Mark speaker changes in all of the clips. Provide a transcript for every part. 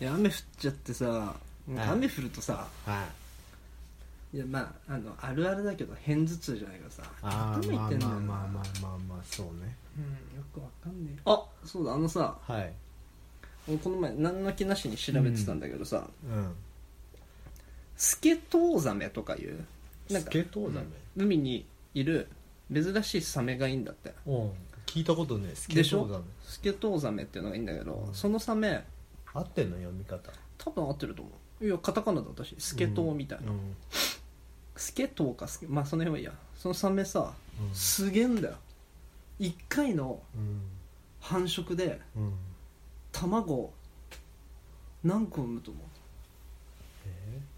Speaker 1: いや雨降っちゃってさ
Speaker 2: い
Speaker 1: 雨降るとさ
Speaker 2: はい
Speaker 1: いやまああのあるあるだけど偏頭痛じゃないけどさ
Speaker 2: あー
Speaker 1: 頭
Speaker 2: ま
Speaker 1: い
Speaker 2: あ
Speaker 1: ってんだよ
Speaker 2: まあ
Speaker 1: な
Speaker 2: まあまあまあまあそうね
Speaker 1: うんよくわかんねえあそうだあのさ
Speaker 2: はい
Speaker 1: 俺この前何の気なしに調べてたんだけどさ、
Speaker 2: うん
Speaker 1: スケトウザメとかいうなん
Speaker 2: ス
Speaker 1: か
Speaker 2: ケトウザメ
Speaker 1: 海にいる珍しいサメがいいんだって
Speaker 2: うん聞いたことねスケ
Speaker 1: でし
Speaker 2: トウザ
Speaker 1: ょ
Speaker 2: メ
Speaker 1: スケトウザメっていうのがいいんだけど、
Speaker 2: うん
Speaker 1: そのサメ
Speaker 2: 合ってんの読み方
Speaker 1: 多分合ってると思ういやカタカナだったしスケトウみたいな、
Speaker 2: うん
Speaker 1: スケトウかスケまあその辺はいいやそのサメさ
Speaker 2: うん
Speaker 1: すげえんだよ1回の
Speaker 2: うん
Speaker 1: 繁殖で
Speaker 2: うん
Speaker 1: 卵何個産むと思う
Speaker 2: え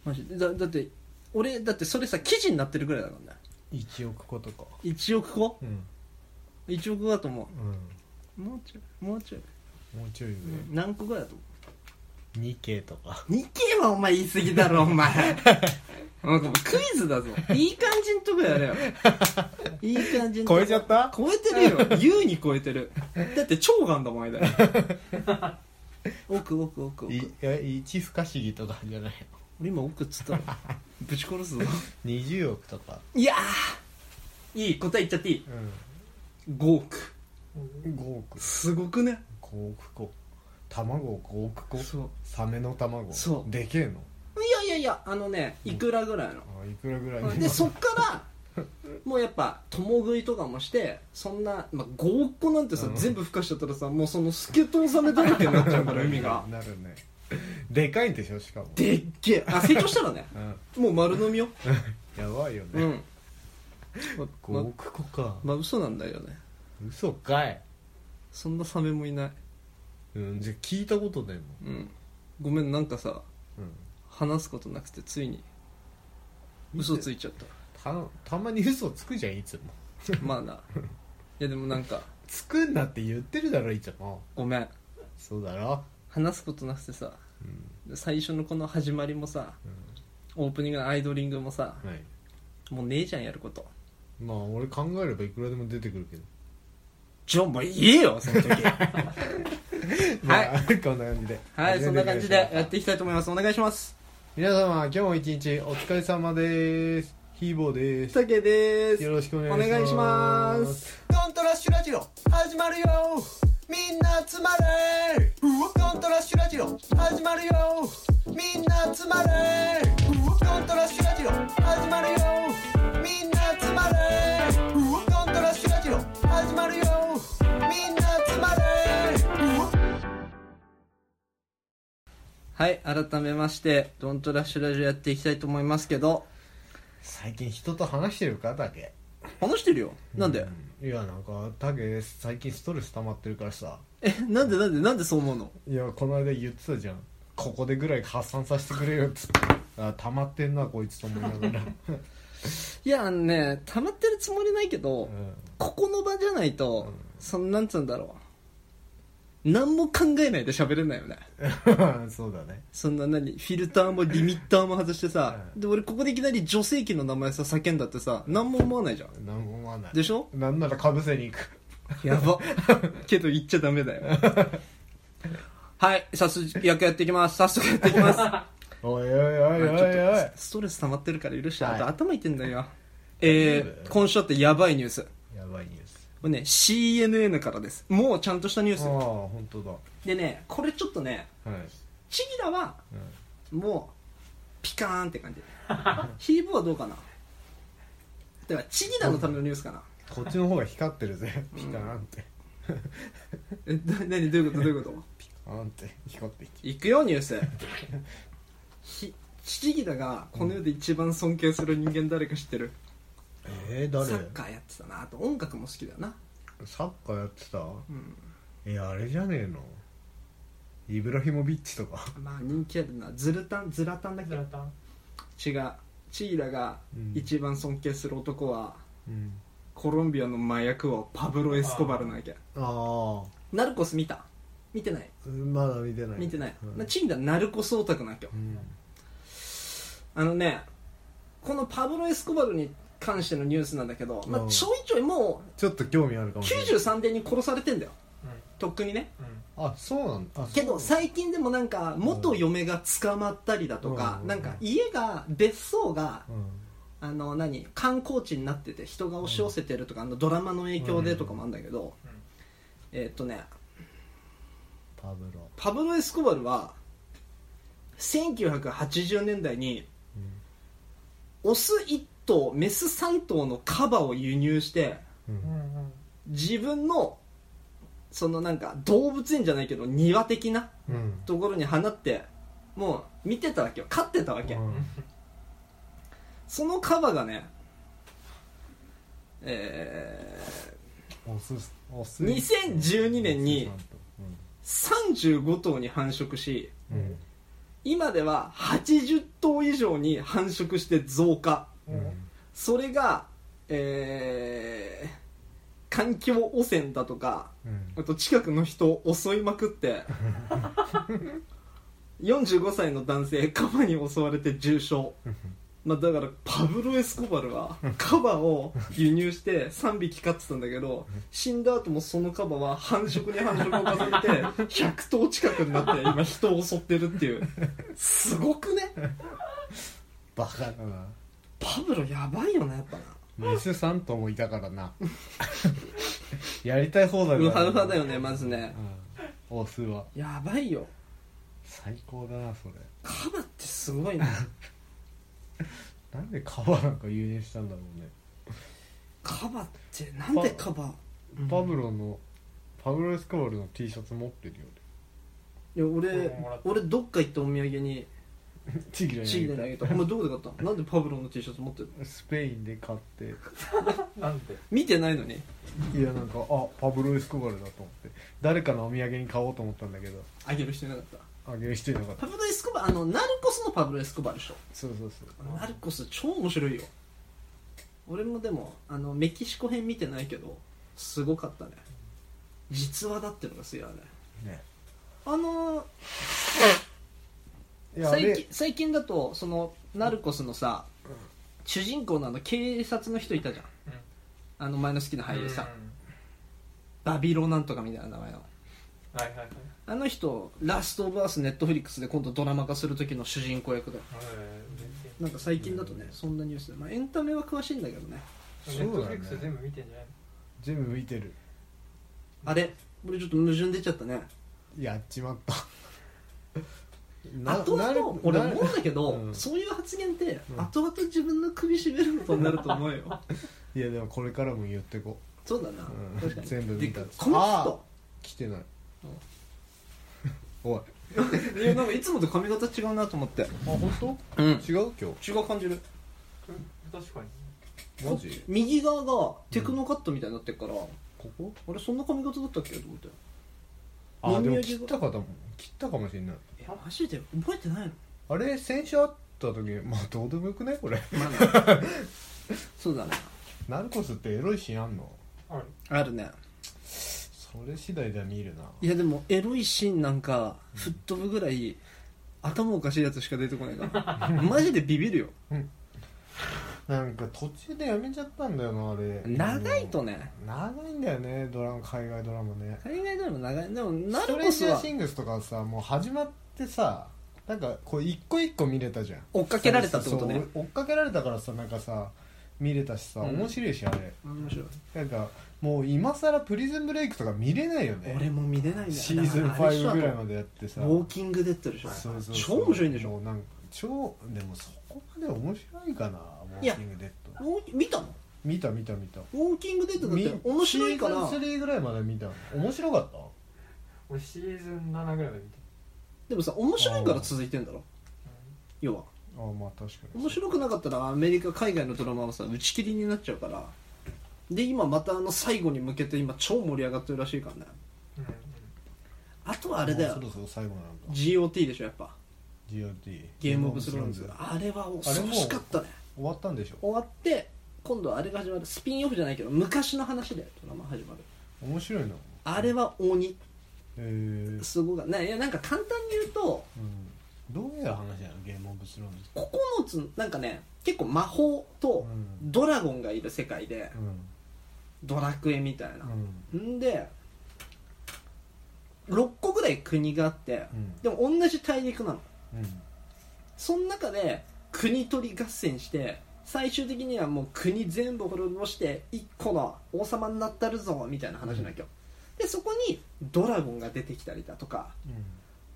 Speaker 1: マジでだだって俺だってそれさ記事になってるぐらいだからね
Speaker 2: ー一億個とか
Speaker 1: 1億個
Speaker 2: うん
Speaker 1: 1億個だと思
Speaker 2: う
Speaker 1: うもうちょいもうちょい、
Speaker 2: んもうちょい上
Speaker 1: 何個ぐらいだと思
Speaker 2: 2K とか
Speaker 1: う2件はお前言い過ぎだ ろお前なんかクイズだぞいい感じんとこやれよいい感じんとこ
Speaker 2: 超えちゃった
Speaker 1: 超えてるよ優に超えてるだって超がんだもん 間に奥奥奥奥
Speaker 2: いえ一不可思議とかじゃない
Speaker 1: 俺今奥っつ ったらぶち殺すぞ
Speaker 2: の20億とか
Speaker 1: いやーいい答え言っちゃっていい5億
Speaker 2: うん5億
Speaker 1: すごくね
Speaker 2: 5億個卵5億個
Speaker 1: そう
Speaker 2: サメの卵
Speaker 1: そう
Speaker 2: でけえの
Speaker 1: いやいやいやあのねいくらぐらいの、
Speaker 2: あいくらぐらい
Speaker 1: でそっからもうやっぱ共食いとかもしてそんな、まあ、5億個なんてさ、
Speaker 2: うん
Speaker 1: 全部孵化しちゃったらさもうそのスケトウザメだらけになっちゃうから海が
Speaker 2: なるねでかいんでしょしかも
Speaker 1: でっけえあ成長したらね
Speaker 2: うん
Speaker 1: もう丸飲みよ
Speaker 2: やばいよ
Speaker 1: う
Speaker 2: ね
Speaker 1: ん
Speaker 2: 5
Speaker 1: ま
Speaker 2: 億個か
Speaker 1: まあ嘘なんだよね
Speaker 2: 嘘かい
Speaker 1: そんなサメもいない
Speaker 2: うんじゃあ聞いたことないもん
Speaker 1: うんごめんなんかさ
Speaker 2: うん
Speaker 1: 話すことなくてついに嘘ついちゃ った
Speaker 2: たたまに嘘つくじゃんいつも
Speaker 1: まあないやでもなんか
Speaker 2: つくんなって言ってるだろいつも
Speaker 1: ごめん
Speaker 2: そうだろ
Speaker 1: 話すことなくてさ
Speaker 2: うん
Speaker 1: 最初のこの始まりもさ
Speaker 2: う
Speaker 1: オープニングのアイドリングもさ
Speaker 2: んはい
Speaker 1: もうねえじゃんやること
Speaker 2: まあ俺考えればいくらでも出てくるけど
Speaker 1: じゃあもう言えよ その時
Speaker 2: まあ こんな感じで
Speaker 1: はいそんな感じでやってい
Speaker 2: いきましょう
Speaker 1: きたいと思いますお願いします
Speaker 2: 皆様今日も一日お疲れ様ですヒーボーです
Speaker 1: たけで
Speaker 2: よろしくお
Speaker 1: お
Speaker 2: 願いします
Speaker 1: 願いします
Speaker 3: ドントラッシュラジオ始まるよみんな集まれドントラッシュラジオ始まるよみんな集まれドントラッシュラジオ始まるよみんな集まれドントラッシュラジオ始まるよみんな集まれ
Speaker 1: はい改めまして「ドントラッシュラジオ」やっていきたいと思いますけど
Speaker 2: 最近人と話してるかだけ
Speaker 1: 話してるよなんで、
Speaker 2: うんいやなんかタケ最近ストレス溜まってるからさ
Speaker 1: えなんでなんでなんでそう思うの
Speaker 2: いやこの間言ってたじゃんここでぐらい発散させてくれよっつってあ溜まってんなこいつと思いながら、
Speaker 1: いやあのね溜まってるつもりないけど、
Speaker 2: うん
Speaker 1: ここの場じゃないと、
Speaker 2: うん
Speaker 1: そのなんつうんだろう何も考えないで喋れないよね
Speaker 2: そうだね
Speaker 1: そんな何フィルターもリミッターも外してさ、
Speaker 2: う
Speaker 1: で俺ここでいきなり女性器の名前さ叫んだってさ何も思わないじゃん
Speaker 2: 何も思わない
Speaker 1: でしょ
Speaker 2: なんならかぶせに行く
Speaker 1: やば けど言っちゃダメだよはい早速役やっていきます早速やっていき ます
Speaker 2: おいおいおいおいおい、
Speaker 1: ちょっとストレス溜まってるから許して、
Speaker 2: はい
Speaker 1: あと頭痛いんだよえー、今週あったやばいニュースこ
Speaker 2: やばいニュース
Speaker 1: れね CNN からですもうちゃんとしたニュー
Speaker 2: ああ
Speaker 1: ス
Speaker 2: 本当
Speaker 1: でねこれちょっとね
Speaker 2: だはい、
Speaker 1: チギラは
Speaker 2: うん
Speaker 1: もうピカーンって感 じヒーボーはどうかなだからチギラのためのニュースかな
Speaker 2: こっちの方が光ってるぜピカーンって
Speaker 1: えな何どういうことどういうこと
Speaker 2: ピカーンって光っていき
Speaker 1: いくよニュースひチギラがこの世で一番尊敬する人間誰か知ってる、
Speaker 2: えー、誰
Speaker 1: サッカーやってたなあと音楽も好きだよな
Speaker 2: サッカーやってた
Speaker 1: うん
Speaker 2: えあれじゃねえのイブラヒモビッチとか
Speaker 1: まあ人気あるなズルタンズラタンだっけ違うチギラが一番尊敬する男は、
Speaker 2: うん
Speaker 1: コロンビアの麻薬王パブロ・エスコバルなわけ
Speaker 2: あ
Speaker 1: ナルコス見た見てない
Speaker 2: あまだ見てない
Speaker 1: 見てない、
Speaker 2: うん
Speaker 1: まあ、チンダナルコスオタクなわけよ
Speaker 2: うん
Speaker 1: あのねこのパブロ・エスコバルに関してのニュースなんだけど、まあ
Speaker 2: う、ん
Speaker 1: ちょいちょいも
Speaker 2: ちょっと興味あるか
Speaker 1: う
Speaker 2: もしれない
Speaker 1: 93年に殺されてんだよ、とっくにね
Speaker 2: あそうなんだあ
Speaker 1: けど
Speaker 2: そう
Speaker 1: 最近でもなんか元嫁が捕まったりだとか、
Speaker 2: うん
Speaker 1: なんか家が別荘が
Speaker 2: なんだうん
Speaker 1: あの何観光地になってて人が押し寄せてるとか、あのドラマの影響でとかもあるんだけど、
Speaker 3: うんうん
Speaker 1: えーっとね
Speaker 2: パブロ
Speaker 1: パブロ・エスコバルは1980年代にオス1頭メス3頭のカバを輸入して
Speaker 2: うんうん
Speaker 3: うん
Speaker 1: 自分のそのなんか動物園じゃないけど庭的な
Speaker 2: うん
Speaker 1: ところに放ってもう見てたわけよ飼ってたわけ、
Speaker 2: うん
Speaker 1: そのカバがねえ
Speaker 2: オスオス
Speaker 1: 2012年に
Speaker 2: オスさんと
Speaker 1: ー、35頭に繁殖し
Speaker 2: うんうん
Speaker 1: 今では80頭以上に繁殖して増加
Speaker 3: う
Speaker 2: うんん
Speaker 1: それがえー環境汚染だとか
Speaker 2: うん
Speaker 1: あと近くの人を襲いまくって 45歳の男性カバに襲われて重傷まあ、だからパブロ・エスコバルはカバを輸入して3匹飼ってたんだけど死んだ後もそのカバは繁殖に繁殖を重ねて100頭近くになって今人を襲ってるっていうすごくね
Speaker 2: バカだな
Speaker 1: パブロやばいよなやっぱな
Speaker 2: メスさんともいたからな やりたい放題
Speaker 1: ウハウハだよねまずね
Speaker 2: うんオスは
Speaker 1: やばいよ
Speaker 2: 最高だなそれ
Speaker 1: カバってすごい な
Speaker 2: なんで川なんか輸入したんだろうね
Speaker 1: カバってなんでカバ
Speaker 2: パブロのパブロ・エスコバルの T シャツ持ってるよ
Speaker 1: いや俺
Speaker 3: 俺ももらった
Speaker 1: 俺どっか行ったお土産に
Speaker 2: 俺ちぎら
Speaker 1: チーで投 げたお前どこで買ったのなんでパブロの T シャツ持ってるの
Speaker 2: スペインで買って い
Speaker 3: なんで
Speaker 1: 見てないのに
Speaker 2: やなんかあパブロ・エスコバルだと思って誰かのお土産に買おうと思ったんだけど
Speaker 1: あげる人いなかった
Speaker 2: あげる人いなかった
Speaker 1: パブロ・エスコバあのナルコスのパブロ・エスコバでしょ
Speaker 2: そうそうそう
Speaker 1: ナルコス超面白いよ俺もでもあのメキシコ編見てないけどすごかったね実話だってのがすごいあれ
Speaker 2: ね
Speaker 1: あのー
Speaker 2: いやあ
Speaker 1: 最
Speaker 2: れ
Speaker 1: 近最近だとそのナルコスのさ、主人公のあの警察の人いたじゃんあの前の好きな俳優さ、
Speaker 3: うん
Speaker 1: バビロなんとかみたいな名前の
Speaker 3: はいはいはい
Speaker 1: あの人ラスト・オブ・アースネットフリックスで今度ドラマ化する時の主人公役だよ
Speaker 3: え
Speaker 1: なんか最近だとねそんなニュースで、まあ、エンタメは詳しいんだけどね
Speaker 3: ーネッ
Speaker 2: そ
Speaker 3: ト
Speaker 2: うだ
Speaker 3: フ
Speaker 2: ね
Speaker 3: リックス全部見てんじゃない
Speaker 2: 全部見てる
Speaker 1: あれ俺ちょっと矛盾出ちゃったね
Speaker 2: やっちま った
Speaker 1: 後々俺
Speaker 2: な
Speaker 1: 思うんだけど、
Speaker 2: うん
Speaker 1: そういう発言って
Speaker 2: うん
Speaker 1: 後々自分の首絞めることになると思う よ
Speaker 2: いやでもこれからも言ってこ
Speaker 1: そうだな、
Speaker 2: うん
Speaker 1: 確かに
Speaker 2: 全部見た
Speaker 1: でこの人
Speaker 2: う来てない おい
Speaker 1: いやなんかいつもと髪型違うなと思って
Speaker 2: あ本
Speaker 1: うん
Speaker 2: 当？違う今
Speaker 1: 違う感じる
Speaker 3: 確かに
Speaker 2: 日マジ
Speaker 1: 右側がテクノカットみたいになってるから、
Speaker 2: ここ
Speaker 1: あれそんな髪型だったっけと思って
Speaker 2: あで
Speaker 1: 飲み
Speaker 2: も
Speaker 1: 上げ
Speaker 2: 切
Speaker 1: が
Speaker 2: ったかと思う切ったかもしれない
Speaker 1: えマジで覚えてないの
Speaker 2: あれ先週会った時 まあどうでもよくないこれ
Speaker 1: まあ ねそうだね
Speaker 2: ナルコスってエロいシーンあんの
Speaker 3: ある
Speaker 1: あるね
Speaker 2: それ次第では見るない
Speaker 1: やでもエロいシーンなんか吹っ飛ぶぐらい頭おかしいやつしか出てこないから マジでビビるよ
Speaker 2: なんか途中でやめちゃったんだよなあれ
Speaker 1: 長いとね
Speaker 2: うん長いんだよねドラマ海外ドラマね
Speaker 1: 海外ドラマ長いでもナル
Speaker 2: ストレ
Speaker 1: コ
Speaker 2: ン
Speaker 1: ス
Speaker 2: ジャ
Speaker 1: は
Speaker 2: ーシングスとかさもう始まってさなんかこう一個一個見れたじゃん
Speaker 1: 追っかけられたってこと
Speaker 2: そ
Speaker 1: ね
Speaker 2: う追っかけられたからさなんかさ見れたしさ
Speaker 1: うん
Speaker 2: 面白いしあれ、
Speaker 1: 面白い
Speaker 2: なんかもう今更プリズンブレイクとか見れないよね
Speaker 1: 俺も見れないんだ
Speaker 2: シーズン5ぐらいまでやってさ
Speaker 1: ウォーキングデッドでしょ
Speaker 2: そうそう
Speaker 1: 超面白いんでし
Speaker 2: も
Speaker 1: ょ
Speaker 2: うなんか超でもそこまで面白いかなウ
Speaker 1: い
Speaker 2: ォ
Speaker 1: や
Speaker 2: ーキングデッド
Speaker 1: ウォーキ見たの
Speaker 2: 見た見た見た
Speaker 1: ウォーキングデッドだって
Speaker 2: み
Speaker 1: 面白いから
Speaker 2: シーズン3ぐらいまで見た面白かった
Speaker 3: 俺シーズン7ぐらいまで見て
Speaker 1: でもさ面白いから続いてんだろ要は
Speaker 2: ああまあ確かに
Speaker 1: 面白くなかったらアメリカ海外のドラマはさ打ち切りになっちゃうからで今またあの最後に向けて今超盛り上がってるらしいからね
Speaker 3: うんうん
Speaker 1: あとはあれだ
Speaker 2: も
Speaker 1: よ
Speaker 2: うそろそろ最後なんだ
Speaker 1: GOT でしょやっぱ
Speaker 2: GOT
Speaker 1: ゲームオブスローンズ
Speaker 2: ゲ
Speaker 1: あれは恐ろしかったね
Speaker 2: 終わったんでしょ
Speaker 1: 終わって今度あれが始まるスピンオフじゃないけど昔の話でドラマ始まる
Speaker 2: 面白いのへ
Speaker 1: あれは鬼
Speaker 2: えうん
Speaker 1: すごかったねいやなんか簡単に言うと
Speaker 2: どういう話なのゲームオブスローンズ
Speaker 1: 9つのなんかね結構魔法と
Speaker 2: うん
Speaker 1: ドラゴンがいる世界で
Speaker 2: うん
Speaker 1: ドラクエみたいな、
Speaker 2: うん
Speaker 1: んで6個ぐらい国があって
Speaker 2: うん
Speaker 1: でも同じ大陸なの
Speaker 2: うん
Speaker 1: その中で国取り合戦して最終的にはもう国全部滅ぼして一個の王様になったるぞみたいな話なきゃ、でそこにドラゴンが出てきたりだとか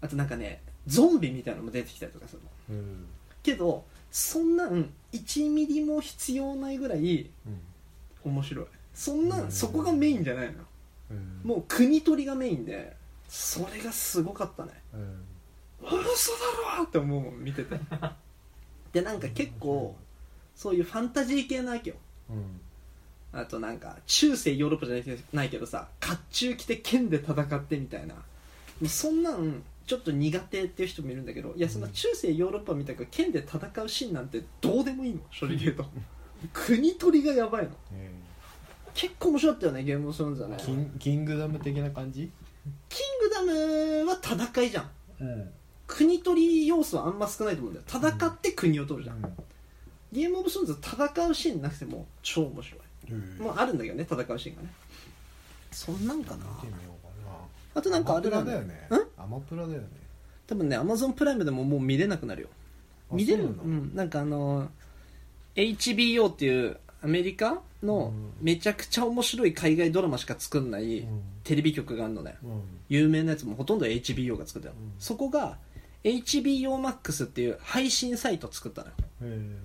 Speaker 1: あとなんかねゾンビみたいなのも出てきたりとかするの
Speaker 2: うんうん
Speaker 1: けどそんなん1ミリも必要ないぐらい面白いそんな
Speaker 2: うんん
Speaker 1: そこがメインじゃないのよ
Speaker 2: うん
Speaker 1: もう国取りがメインでそれがすごかったね
Speaker 2: うん
Speaker 1: 嘘だろって思うもん見てて でなんか結構そういうファンタジー系なわけよ
Speaker 2: うん
Speaker 1: あとなんか中世ヨーロッパじゃないけどないけどさ甲冑着て剣で戦ってみたいなもうそんなんちょっと苦手っていう人もいるんだけどいやそんな中世ヨーロッパみたいな剣で戦うシーンなんてどうで もいいの正直言うと国取りがやばいの
Speaker 2: え
Speaker 1: 結構面白かったよねゲームオブスローンズはね
Speaker 2: ー
Speaker 1: キ
Speaker 2: キ
Speaker 1: ン
Speaker 2: ンキングダム的な感じ
Speaker 1: グダムは戦いじゃん
Speaker 2: うん
Speaker 1: 国取り要素はあんま少ないと思うんだよ戦って国を取るじゃん、ゲームオブスローンズは戦うシーンなくても超面白い
Speaker 2: うん
Speaker 1: もうあるんだけどね戦うシーンがねそんなんかな
Speaker 2: 見てみようかな
Speaker 1: あとなんかあれ
Speaker 2: アマ
Speaker 1: だ
Speaker 2: プラだよ
Speaker 1: ね
Speaker 2: ね
Speaker 1: うん
Speaker 2: アマプラだよね
Speaker 1: 多分ねアマゾンプライムでももう見れなくなるよ
Speaker 2: あ
Speaker 1: 見れる
Speaker 2: そううなの
Speaker 1: んなんかあの HBO っていうアメリカの
Speaker 2: うん
Speaker 1: めちゃくちゃ面白い海外ドラマしか作んないテレビ局があるのね
Speaker 2: うん
Speaker 1: 有名なやつもほとんど HBO が作ったの、
Speaker 2: うん
Speaker 1: そこが HBOMAX っていう配信サイト作ったのよ
Speaker 2: え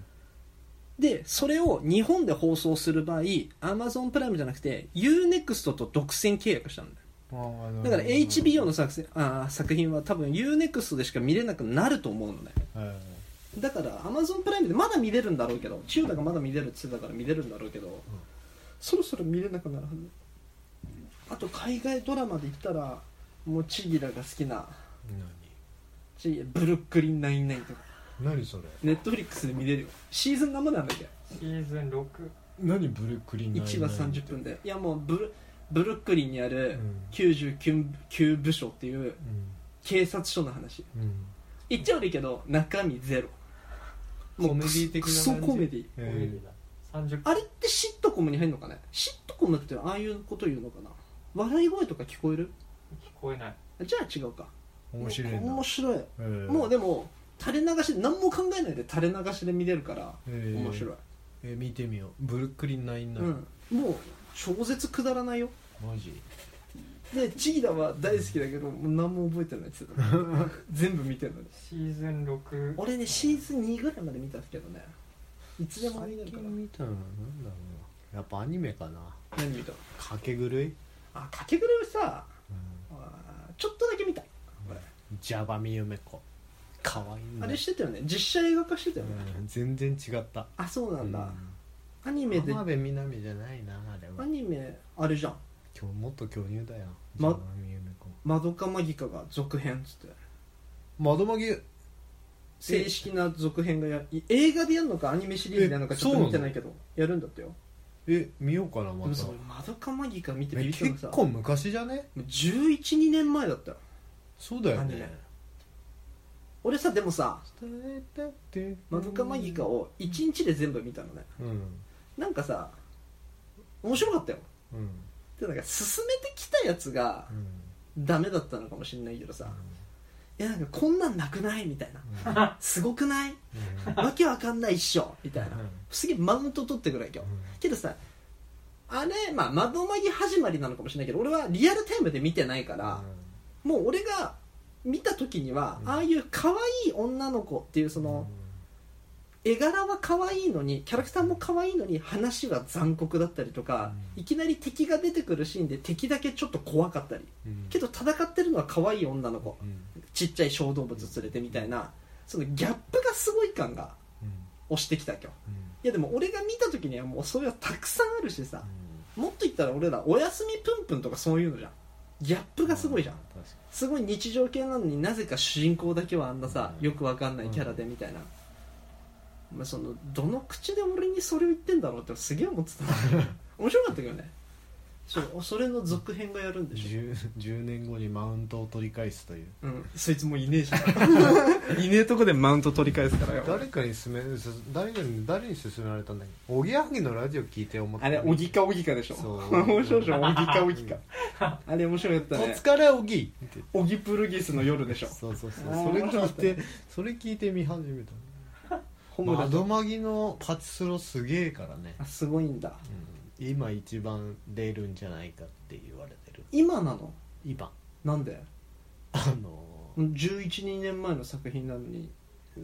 Speaker 1: でそれを日本で放送する場合 Amazon プライムじゃなくて UNEXT と独占契約したんだよ
Speaker 2: ーあー
Speaker 1: だから HBO の
Speaker 2: なる
Speaker 1: 作戦あー作品は多分 UNEXT でしか見れなくなると思うのね
Speaker 2: ほどえ
Speaker 1: だから Amazon プライムでまだ見れるんだろうけど千代田がまだ見れるって言ってたから見れるんだろうけど、そろそろ見れなくなるはずあと海外ドラマで言ったらもうチギラが好きな
Speaker 2: ー
Speaker 1: チギブルックリン99とか
Speaker 2: 何何それ
Speaker 1: ネットフリックスで見れるよシーズン何もなんだっけ
Speaker 4: シーズン6
Speaker 2: 何ブルックリンナインナイ
Speaker 1: 1
Speaker 2: ン
Speaker 1: 話30分でいやもうブルブルックリンにあ
Speaker 2: う
Speaker 1: る
Speaker 2: ん
Speaker 1: 99部署っていう警察署の話
Speaker 2: うん
Speaker 1: 言っちゃ悪いけど中身ゼロも
Speaker 2: コ
Speaker 1: う
Speaker 2: メ
Speaker 1: ク
Speaker 2: ディ
Speaker 1: ソ
Speaker 2: 的な
Speaker 1: ク
Speaker 2: 感じ
Speaker 1: ソコメディ
Speaker 4: コメデ
Speaker 2: え
Speaker 4: ィだ30分
Speaker 1: あれってシットコムに入るのかねシットコムってああいうこと言うのかな笑い声とか聞こえる
Speaker 4: 聞こえない
Speaker 1: じゃあ違うか
Speaker 2: ー面白いな
Speaker 1: 面白い
Speaker 2: えー
Speaker 1: もうでも垂れ流しで何も考えないで垂れ流しで見れるから
Speaker 2: えー
Speaker 1: 面白い、
Speaker 2: えー見てみようブルックリンナインナイン
Speaker 1: うん、もう超絶くだらないよ
Speaker 2: マジ
Speaker 1: でチギラは大好きだけどもう何も覚えてないっつってた 全部見てるのに
Speaker 4: シーズン6
Speaker 1: 俺ねシーズン2ぐらいまで見たんですけどねいつでも見れる
Speaker 2: 最
Speaker 1: から
Speaker 2: 近見たのはなんだろうなやっぱアニメかな
Speaker 1: 何見た
Speaker 2: 賭け狂い、
Speaker 1: あかけぐるさあーちょっとだけ見たい、
Speaker 2: ジャバミユメコかわいい
Speaker 1: あれしてたよね実写映画化してたよね、
Speaker 2: うん全然違った
Speaker 1: あそうなんだ、
Speaker 2: う
Speaker 1: アニメ
Speaker 2: ん
Speaker 1: で
Speaker 2: 浜
Speaker 1: ア
Speaker 2: 辺美波じゃないなあれは
Speaker 1: ニメあれじゃん
Speaker 2: 今日もっと巨乳だよジ
Speaker 1: ま
Speaker 2: ャバミユメコ
Speaker 1: 「マドカマギカ」が続編っつって
Speaker 2: 窓まぎ
Speaker 1: 正式な続編がやい映画でやるのかアニメシリーズでやるのか
Speaker 2: え
Speaker 1: ちょっと
Speaker 2: そうなの
Speaker 1: 見てないけどやるんだってよ
Speaker 2: え見ようかな
Speaker 1: で
Speaker 2: ま
Speaker 1: も
Speaker 2: た
Speaker 1: さ「マドカマギカ」見て
Speaker 2: え
Speaker 1: ビビったの
Speaker 2: 結
Speaker 1: さ
Speaker 2: 構昔じゃね
Speaker 1: 112年前だったよ
Speaker 2: そうだよ
Speaker 1: アニ
Speaker 2: ね
Speaker 1: メ俺さでもさ
Speaker 2: 「
Speaker 1: 「マドカマギカ」を1日で全部見たのね
Speaker 2: うん
Speaker 1: なんかさ面白かったよ
Speaker 2: うん
Speaker 1: でなんか進めてきたやつが
Speaker 2: うん
Speaker 1: ダメだったのかもしれないけどさいやなんかこんなんなくないみたいな
Speaker 2: うん
Speaker 1: すごくない
Speaker 2: うん
Speaker 1: わけわかんないっしょみたいな
Speaker 2: うん
Speaker 1: すげえマウント取ってくるわけよけどさあれまあ窓まぎ始まりなのかもしれないけど俺はリアルタイムで見てないから、もう俺が見た時には、
Speaker 2: うん
Speaker 1: ああいう可愛い女の子っていうそ
Speaker 2: うん
Speaker 1: の、絵柄は可愛いのにキャラクターも可愛いのに話は残酷だったりとか、いきなり敵が出てくるシーンで敵だけちょっと怖かったり
Speaker 2: うん
Speaker 1: けど戦ってるのは可愛い女の子
Speaker 2: うん
Speaker 1: ちっちゃい小動物連れてみたいなそのギャップがすごい感が
Speaker 2: うん
Speaker 1: 押してきたわけよ
Speaker 2: うん
Speaker 1: いやでも俺が見た時にはもうそれはたくさんあるしさ
Speaker 2: う、
Speaker 1: もっと言ったら俺ら「おやすみぷんぷん」とかそういうのじゃんギャップ
Speaker 2: ん
Speaker 1: がすごいじゃん
Speaker 2: 確か
Speaker 1: すごい日常系なのになぜか主人公だけはあんなさ
Speaker 2: うん
Speaker 1: よくわかんないキャラでみたいな、まあ、そ のどの口で俺にそれを言ってんだろうってすげえ思ってた面白かったけどねそうそれの続編がやるんでしょ、
Speaker 2: 10, 10年後にマウントを取り返すという
Speaker 1: うん、そいつもういねえじゃんいねえとこでマウント取り返すからよ
Speaker 2: 誰かに勧めす誰かに誰に勧められたんだっけおぎやはぎのラジオ聞いて思った
Speaker 1: あれおぎかおぎかでしょ
Speaker 2: そう
Speaker 1: 面白いで しょおぎかおぎかあれ面白かっ
Speaker 2: と
Speaker 1: たね
Speaker 2: 疲れおぎって
Speaker 1: おぎプルギスの夜でしょ
Speaker 2: そうそうそう
Speaker 1: あー
Speaker 2: それ
Speaker 1: 面白か
Speaker 2: 聞
Speaker 1: っ
Speaker 2: い
Speaker 1: たね
Speaker 2: てそれ聞いて見始めた
Speaker 1: ホムラ
Speaker 2: 窓
Speaker 1: と
Speaker 2: マギのパチスロすげえからね
Speaker 1: あ、すごいんだ
Speaker 2: うん今一番出るんじゃないかって言われてる
Speaker 1: 今なの
Speaker 2: 今
Speaker 1: なんで
Speaker 2: あの
Speaker 1: 112年前の作品なのに、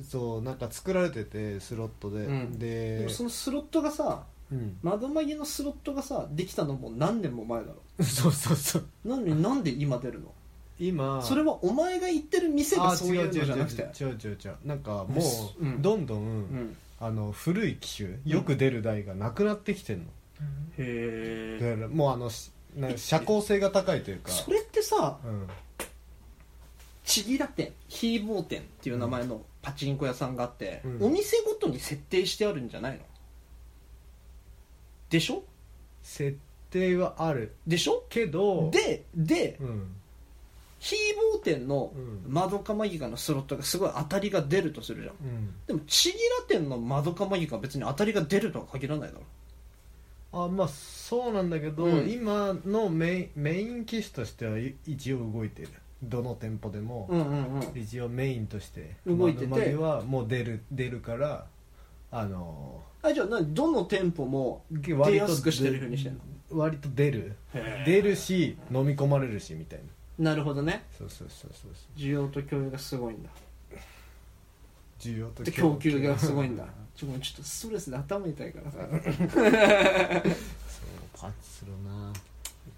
Speaker 2: そうなんか作られててスロットで、
Speaker 1: うんで
Speaker 2: で
Speaker 1: もそのスロットがさ
Speaker 2: うん、
Speaker 1: 窓マギのスロットがさできたのも何年も前だろ
Speaker 2: そうそうそう
Speaker 1: なのになんで今出るの
Speaker 2: 今
Speaker 1: それはお前が言ってる店が
Speaker 2: あ
Speaker 1: そういうのじゃなくて
Speaker 2: 違う違う違う違う違うなんか
Speaker 1: うっ
Speaker 2: も
Speaker 1: すう
Speaker 2: うんどんどん、
Speaker 1: うん
Speaker 2: あの古い機種よく出る台がなくなってきてんの、
Speaker 1: へえ
Speaker 2: だからもうあのしなんか社交性が高いというか
Speaker 1: それってさ
Speaker 2: うん
Speaker 1: ちぎら店ひーぼう店っていう名前のパチンコ屋さんがあって、
Speaker 2: うん
Speaker 1: お店ごとに設定してあるんじゃないのでしょ
Speaker 2: 設定はある
Speaker 1: でしょ
Speaker 2: けど
Speaker 1: でで
Speaker 2: うん
Speaker 1: ひーぼう店の
Speaker 2: うん
Speaker 1: マドカマギカのスロットがすごい当たりが出るとするじゃん
Speaker 2: うん
Speaker 1: でもちぎら店のマドカマギカは別に当たりが出るとは限らないだろ
Speaker 2: あまあそうなんだけど、
Speaker 1: うん
Speaker 2: 今のメインメイン機種としてはい一応動いてるどの店舗でも、
Speaker 1: うんうんうん
Speaker 2: 一応メインとして
Speaker 1: 動いてて
Speaker 2: 窓マギはもう出る出るからあの
Speaker 1: あじゃあ何どの店舗も
Speaker 2: ー
Speaker 1: 出やすくしてるふうにしてんの
Speaker 2: 割と出る
Speaker 1: へー
Speaker 2: 出るし飲み込まれるしみたいな
Speaker 1: なるほどね
Speaker 2: そうそうそうそうそう
Speaker 1: 需要と供給がすごいんだ
Speaker 2: 需要と
Speaker 1: で供給がすごいんだちょごめんちょっとストレスで頭痛いからさ
Speaker 2: そうパチするな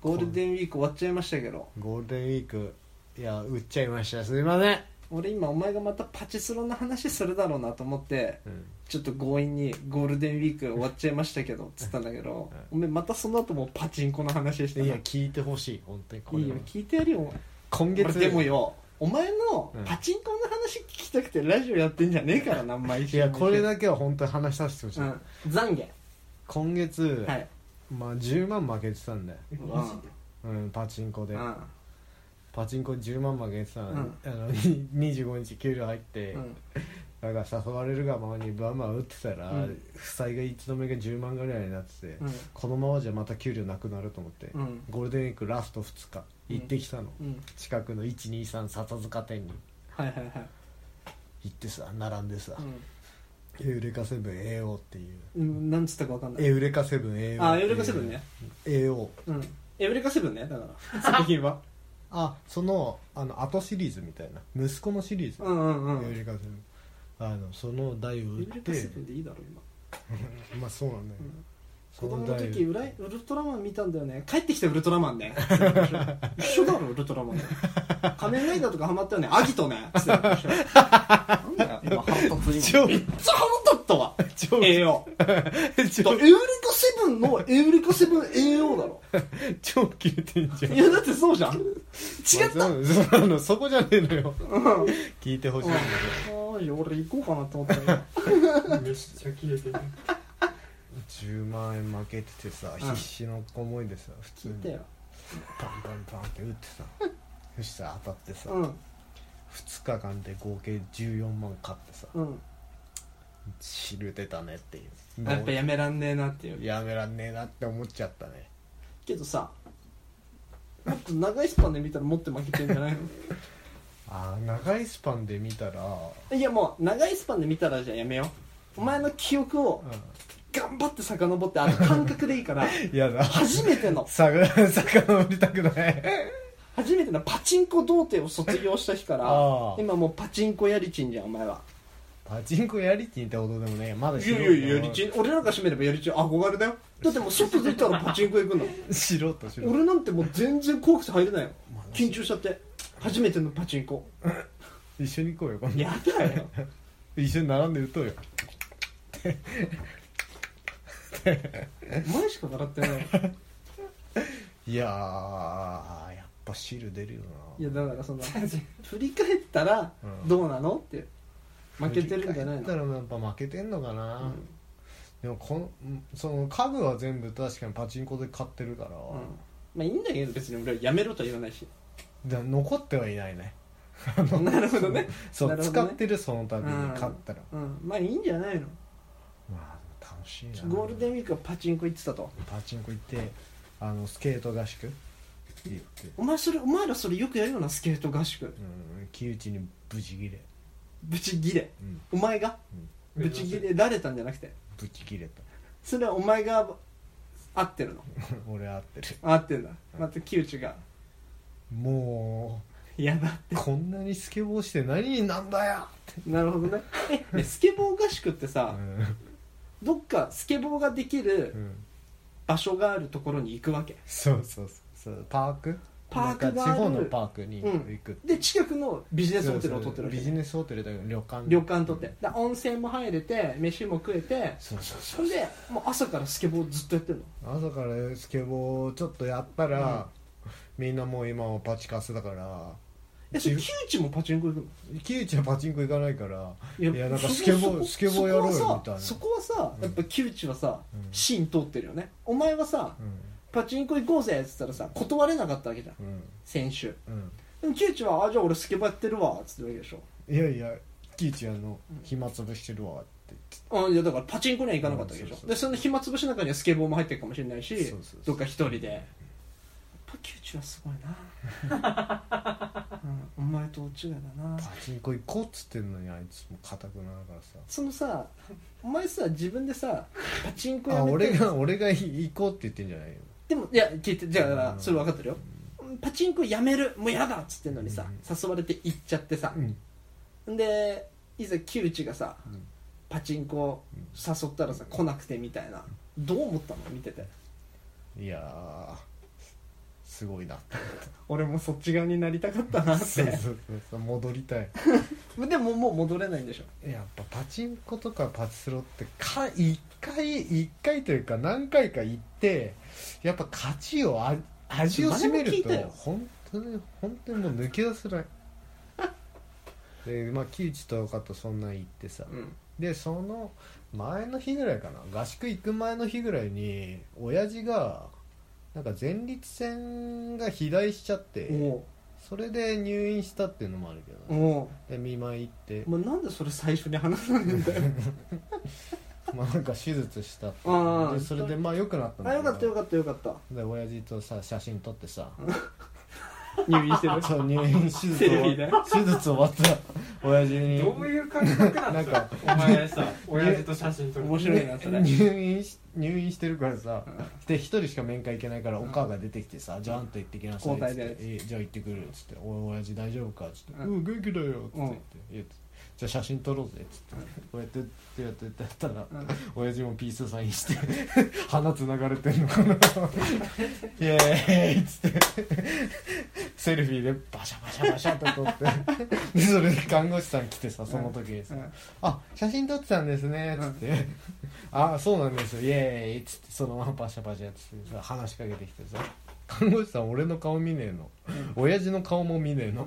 Speaker 1: ゴールデンウィーク終わっちゃいましたけど
Speaker 2: ゴールデンウィークいや売っちゃいましたすいません、
Speaker 1: 俺今お前がまたパチスロの話するだろうなと思って
Speaker 2: うん、
Speaker 1: ちょっと強引にゴールデンウィーク終わっちゃいましたけどっつったんだけどお前またその後もパチンコの話して
Speaker 2: い
Speaker 1: い
Speaker 2: や聞いてほしい本当にこれ
Speaker 1: い
Speaker 2: はい
Speaker 1: よ聞いてやるよお前
Speaker 2: 今
Speaker 1: 俺
Speaker 2: 月
Speaker 1: でもよお前の
Speaker 2: うん
Speaker 1: パチンコの話聞きたくてラジオやってんじゃねえからな毎
Speaker 2: い
Speaker 1: 週
Speaker 2: やこれだけは本当に話させてほしい、
Speaker 1: うん懺
Speaker 2: 今月、
Speaker 1: 悔はい
Speaker 2: まあ、10万負けてたんだよ、
Speaker 1: うん
Speaker 2: うん、パチンコで、
Speaker 1: うん
Speaker 2: パチンコ10万負けてた、
Speaker 1: ん
Speaker 2: あの に25日給料入って、
Speaker 1: うん
Speaker 2: だから誘われるがままにバンバン打ってたら、
Speaker 1: うん
Speaker 2: 負債が一度目が10万ぐらいになってて、
Speaker 1: うん
Speaker 2: このままじゃまた給料なくなると思って、
Speaker 1: うん
Speaker 2: ゴールデンウィークラスト2日行ってきたの、
Speaker 1: うん
Speaker 2: 近くの123笹塚店に
Speaker 1: はいはいはい
Speaker 2: 行ってさ並んでさ、エウレカセブン AO っていう
Speaker 1: うんなんつったかわかんない
Speaker 2: エウレカセブン AO
Speaker 1: あエウレカセブンね
Speaker 2: AO
Speaker 1: うんエウレカセブンねだから作品は
Speaker 2: あそのあの後シリーズみたいな息子のシリーズ、
Speaker 1: うんうんう
Speaker 2: エウ
Speaker 1: ん
Speaker 2: レカセブンあのその台を
Speaker 1: エ
Speaker 2: 売っ
Speaker 1: ウレカセ
Speaker 2: て
Speaker 1: ブンでいいだろ今
Speaker 2: まあそうなんだよ、
Speaker 1: うん
Speaker 2: そ
Speaker 1: 子供の
Speaker 2: 台を
Speaker 1: 時ウラウルトラマン見たんだよね帰ってきてウルトラマ ンね一緒だろウルトラマンね仮面ライダーとかハマったよねアギトねつって なんだよ今腹立つ今
Speaker 2: 超
Speaker 1: めっちゃ腹立ったわ
Speaker 2: 超
Speaker 1: AO だ
Speaker 2: 超
Speaker 1: エウレカセブンのエウレカセブン AO だろ
Speaker 2: 超切れてんじゃん
Speaker 1: いやだってそうじゃん違った
Speaker 2: まあそうあのそこじゃねえのよ聞いてほしいんだ
Speaker 1: あい俺行こうかなと思 ったよ
Speaker 4: めっちゃ切れてる
Speaker 2: けど10万円負けててさ必死の思いでさ普通
Speaker 1: 聞い
Speaker 2: に
Speaker 1: たよ
Speaker 2: パンパンパンって打ってさそしたら当たってさ、
Speaker 1: うん
Speaker 2: 2日間で合計14万買ってさ
Speaker 1: うん
Speaker 2: 汁出たねっていう
Speaker 1: やっぱやめらんねえなっていう
Speaker 2: やめらんねえなって思っちゃったね
Speaker 1: けどさもっと長いスパンで見たらもっと負けてんじゃないの
Speaker 2: ああ長いスパンで見たら、
Speaker 1: いやもう長いスパンで見たらじゃあやめようお前の記憶を
Speaker 2: う
Speaker 1: 頑張って遡ってあの感覚でいいから
Speaker 2: ん、やだ
Speaker 1: 初めての
Speaker 2: さかさかのりたくない
Speaker 1: 初めてのパチンコ童貞を卒業した日から
Speaker 2: ああ
Speaker 1: 今もうパチンコやりちんじゃんお前は
Speaker 2: パチンコやりちんってことでもねまだ
Speaker 1: いやいややりちん俺なんか閉めればやりちん憧れだよだってもう外出たらパチンコ行くんだもん
Speaker 2: しろとしろ
Speaker 1: 俺なんてもう全然怖くて入れないよ
Speaker 2: まあ
Speaker 1: 緊張しちゃって初めてのパチンコ
Speaker 2: 一緒に行こうよ今度
Speaker 1: やだよ
Speaker 2: 一緒に並んで打とうよ
Speaker 1: お前しか笑って ない
Speaker 2: いやーやっぱ汁出るよ
Speaker 1: いやだからその
Speaker 4: 30
Speaker 1: 振り返ったら
Speaker 2: うん
Speaker 1: どうなのって負けてるんじゃない
Speaker 2: だ
Speaker 1: の
Speaker 2: らやっぱ負けてんのかな、
Speaker 1: うん
Speaker 2: でもこのその家具は全部確かにパチンコで買ってるから、
Speaker 1: うんまあいいんだけど別に俺はやめろとは言わないし
Speaker 2: だ残ってはいないね
Speaker 1: なるほどね
Speaker 2: そう、
Speaker 1: なるほ
Speaker 2: 使
Speaker 1: どね
Speaker 2: ってるその度に買ったら、
Speaker 1: うんまあいいんじゃないの
Speaker 2: まあ楽しいな
Speaker 1: ゴールデンウィークはパチンコ行ってたと
Speaker 2: パチンコ行ってあのスケート合宿行って
Speaker 1: お前それお前らそれよくやるよなスケート合宿
Speaker 2: うん木内にブチギレ
Speaker 1: ブチギレ
Speaker 2: うん
Speaker 1: お前が
Speaker 4: うん
Speaker 1: ブチギレられたんじゃなくて
Speaker 2: ブチギレた
Speaker 1: それはお前が合ってるの
Speaker 2: 俺合ってる
Speaker 1: 合ってるんだまた木内が
Speaker 2: も
Speaker 1: 嫌だって
Speaker 2: うこんなにスケボーして何になんだよって、
Speaker 1: なるほどねえねスケボー合宿って
Speaker 2: う
Speaker 1: さ、
Speaker 2: ん
Speaker 1: どっかスケボーができる
Speaker 2: うん、
Speaker 1: 場所があるところに行くわけ
Speaker 2: そうそうそうそうパーク
Speaker 1: パークがある
Speaker 2: なんか地方のパークに行
Speaker 1: うん
Speaker 2: く、
Speaker 1: で近くのビジネスホテルを取ってる
Speaker 2: そうそう
Speaker 1: わけ
Speaker 2: ビジネスホテルだけど旅館
Speaker 1: 旅館取ってだ温泉も入れて飯も食えて
Speaker 2: そうそうそ
Speaker 1: それでもう朝からスケボーずっとやってるの
Speaker 2: う朝からスケボーちょっとやったら、みんなもう今はパチカスだから
Speaker 1: えそれ
Speaker 2: じゅ
Speaker 1: 木内もパチンコ行くの
Speaker 2: 木内はパチンコ行かないから
Speaker 1: い
Speaker 2: いやなん
Speaker 1: そ
Speaker 2: か
Speaker 1: こ
Speaker 2: スケボー
Speaker 1: そこ
Speaker 2: スケボーやろうよ
Speaker 1: そこはさ
Speaker 2: みたいな
Speaker 1: そこはさやっぱ木内はさ、
Speaker 2: うん
Speaker 1: 芯通ってるよねお前はさ、
Speaker 2: う
Speaker 1: パチンコ行こうぜっつったらさ断れなかったわけじゃん
Speaker 2: んうん
Speaker 1: 先週
Speaker 2: うん
Speaker 1: でも木内は「あじゃあ俺スケボーやってるわ」っつってるわけでしょ
Speaker 2: いやいや木内あの暇つぶしてるわって
Speaker 1: うん、いやだからパチンコには行かなかったわけでしょ、
Speaker 2: うんそうそう
Speaker 1: でその暇つぶしの中にはスケボーも入ってるかもしれないし
Speaker 2: そうそうそう
Speaker 1: どっか一人でパキューチはすごい な、うん、お前と違いだな
Speaker 2: パチンコ行こうっつってんのにあいつも固くなるからさ
Speaker 1: そのさお前さ自分でさパチンコや
Speaker 2: あ
Speaker 1: め
Speaker 2: 俺
Speaker 1: て
Speaker 2: が俺が行こうって言ってんじゃないよ
Speaker 1: でもいや聞いてじゃ
Speaker 2: う
Speaker 1: あ
Speaker 2: ん
Speaker 1: それ分かってるよパチンコやめるもうやだっつってんのにさ
Speaker 2: うん
Speaker 1: 誘われて行っちゃってさ
Speaker 2: う、ん
Speaker 1: ん、でいざ木内がさ
Speaker 2: うん
Speaker 1: パチンコ誘ったらさ来なくてみたいなどう思ったの見てて
Speaker 2: いやーすごいなって
Speaker 1: 俺もそっち側になりたかったなっ
Speaker 2: そう
Speaker 1: て
Speaker 2: そうそう戻りたい
Speaker 1: でももう戻れないんでしょ
Speaker 2: やっぱパチンコとかパチスロってか一回一回というか何回か行ってやっぱ勝ちをあ味を占め
Speaker 1: 前
Speaker 2: る
Speaker 1: も聞いた
Speaker 2: と
Speaker 1: よ
Speaker 2: 本当に本当にもう抜け出 せないでまあ木内とかとそんな行ってさ、
Speaker 1: うん
Speaker 2: でその前の日ぐらいかな合宿行く前の日ぐらいに親父がなんか前立腺が肥大しちゃって
Speaker 1: お
Speaker 2: それで入院したっていうのもあるけ
Speaker 1: う
Speaker 2: ど、ね、
Speaker 1: お
Speaker 2: で見舞い行って
Speaker 1: う、まあ、なんでそれ最初に話さないんだよ
Speaker 2: まあなんか手術したって
Speaker 1: ああ
Speaker 2: でそれでまあ良くなったんだ
Speaker 1: あよかったよ
Speaker 2: かっ
Speaker 1: かったよかった
Speaker 2: たで親父とさ写真撮ってさ
Speaker 1: 入院してる
Speaker 2: そう入院手術
Speaker 1: セルフィー
Speaker 2: 終
Speaker 1: で
Speaker 2: わ手術終わった親父に
Speaker 4: どういう感覚な
Speaker 2: なんん
Speaker 4: ですか
Speaker 2: か
Speaker 4: お前さ親父と写真撮る
Speaker 1: 面白いなそれ
Speaker 2: 入院し入院してるからさで一人しか面会行けないからお母が出てきてさ「じゃああんた行ってきなさい」っ
Speaker 1: 交
Speaker 2: つっ
Speaker 1: 代
Speaker 2: て
Speaker 1: で
Speaker 2: 「えじゃあ行ってくる」っつって「おい親父大丈夫か?」っつって「
Speaker 1: うん
Speaker 2: うん元気だよ」っつって
Speaker 1: うん
Speaker 2: 言って言って「じゃあ写真撮ろうぜ」っつってこうやってってやってやったら
Speaker 1: うん
Speaker 2: 親父もピースサインして 鼻つながれてんの かなイエーイっつってセルフィーでバシャバシャバシャと撮ってでそれで看護師さん来てさその時にさ
Speaker 1: うん
Speaker 2: 「あ写真撮ってたんですね」っつって「あそうなんですよイエーイ」っつってそのままバシャバシャっつってさ話しかけてきてさ看護師さん俺の顔見ねえの親父の顔も見ねえの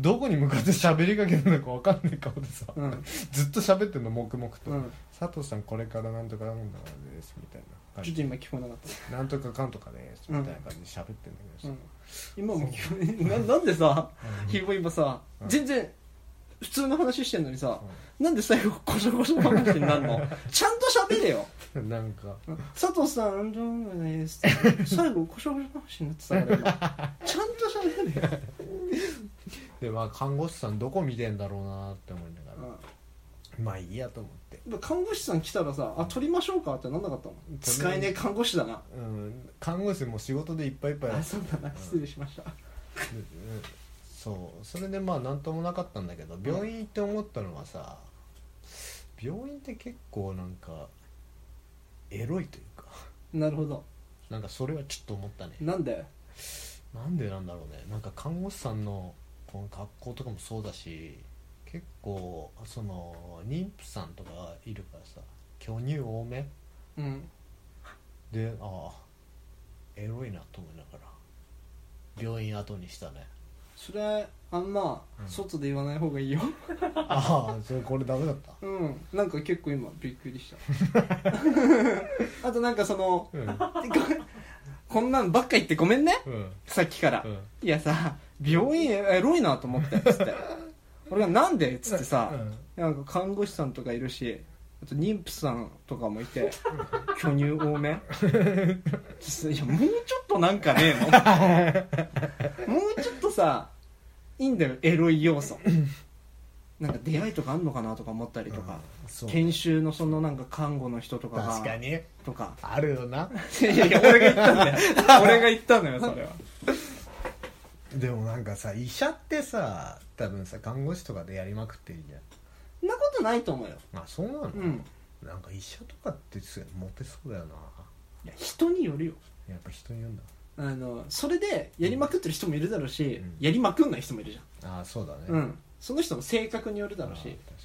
Speaker 2: どこに向かって喋りかけるのか分かんない顔でさ
Speaker 1: うんうん
Speaker 2: ずっと喋ってんの黙々と。
Speaker 1: うん
Speaker 2: 佐藤さんこれからなんとかなんとかですみたいな
Speaker 1: ちょっと今聞こえなかった、
Speaker 2: なんとかかんとかですみたいな感じで喋ってんだけ
Speaker 1: う
Speaker 2: ど
Speaker 1: ん、今も聞こえななんでさひぼ今さ
Speaker 2: うん
Speaker 1: 全然普通の話してんのにさなんで最後こしょこしょ話になんのちゃんと喋れよ
Speaker 2: さ、なん か
Speaker 1: 佐藤さん、どうもです。最後、こしょこしょ話になってたから今、 ちゃんと喋れよ。
Speaker 2: でまあ看護師さんどこ見てんだろうなって思いながら、まあいいやと思って
Speaker 1: うん看護師さん来たらさ、あ、撮りましょうかってなんなかったの使えねえ看護師だな。
Speaker 2: うん看護師も仕事でいっぱいいっぱいだ
Speaker 1: あ、
Speaker 2: った
Speaker 1: そうだな。失礼しました。
Speaker 2: でうんそうそれでまあ何ともなかったんだけど病院行って思ったのはさ病院って結構なんかエロいというか
Speaker 1: なるほど。
Speaker 2: なんかそれはちょっと思ったね
Speaker 1: なんで
Speaker 2: なんでなんだろうねなんか看護師さんのこの格好とかもそうだし結構その妊婦さんとかいるからさ巨乳多め
Speaker 1: うん。
Speaker 2: でああエロいなと思いながら病院後にしたね
Speaker 1: それ、あんま
Speaker 2: う、ん
Speaker 1: 外で言わない方がいいよ。
Speaker 2: ああそれこれダメだった
Speaker 1: うん。なんか結構今、びっくりした。あとなんかその、
Speaker 2: うん
Speaker 1: ここんなんばっか言ってごめんね
Speaker 2: うん
Speaker 1: さっきから、
Speaker 2: うん
Speaker 1: いやさ病院エロいなと思ってつって俺が「なんで?」っつってさ、なんか看護師さんとかいるしあと妊婦さんとかもいて巨乳多めちょいやもうちょっとなんかねえのもうちょっとさいいんだよエロい要素なんか出会いとかあんのかなとか思ったりとか、
Speaker 2: そう
Speaker 1: 研修のそのなんか看護の人とかが
Speaker 2: 確かに
Speaker 1: とか
Speaker 2: あるよない
Speaker 1: やいや俺が言ったんだよ俺が言ったのよそれは
Speaker 2: でもなんかさ医者ってさ多分さ看護師とかでやりまくってるじゃん
Speaker 1: そんなことないと思うよ
Speaker 2: まあそうなの、
Speaker 1: うん
Speaker 2: なんか医者とかってすモテそうだよない
Speaker 1: や人によるよ
Speaker 2: やっぱ人に言うんだ
Speaker 1: あのそれでやりまくってる人もいるだろうし、
Speaker 2: うん
Speaker 1: やりまくんない人もいるじ
Speaker 2: ああそうだね
Speaker 1: ゃん、うん、その人の性格によるだろう
Speaker 2: あ
Speaker 1: し
Speaker 2: ー確かに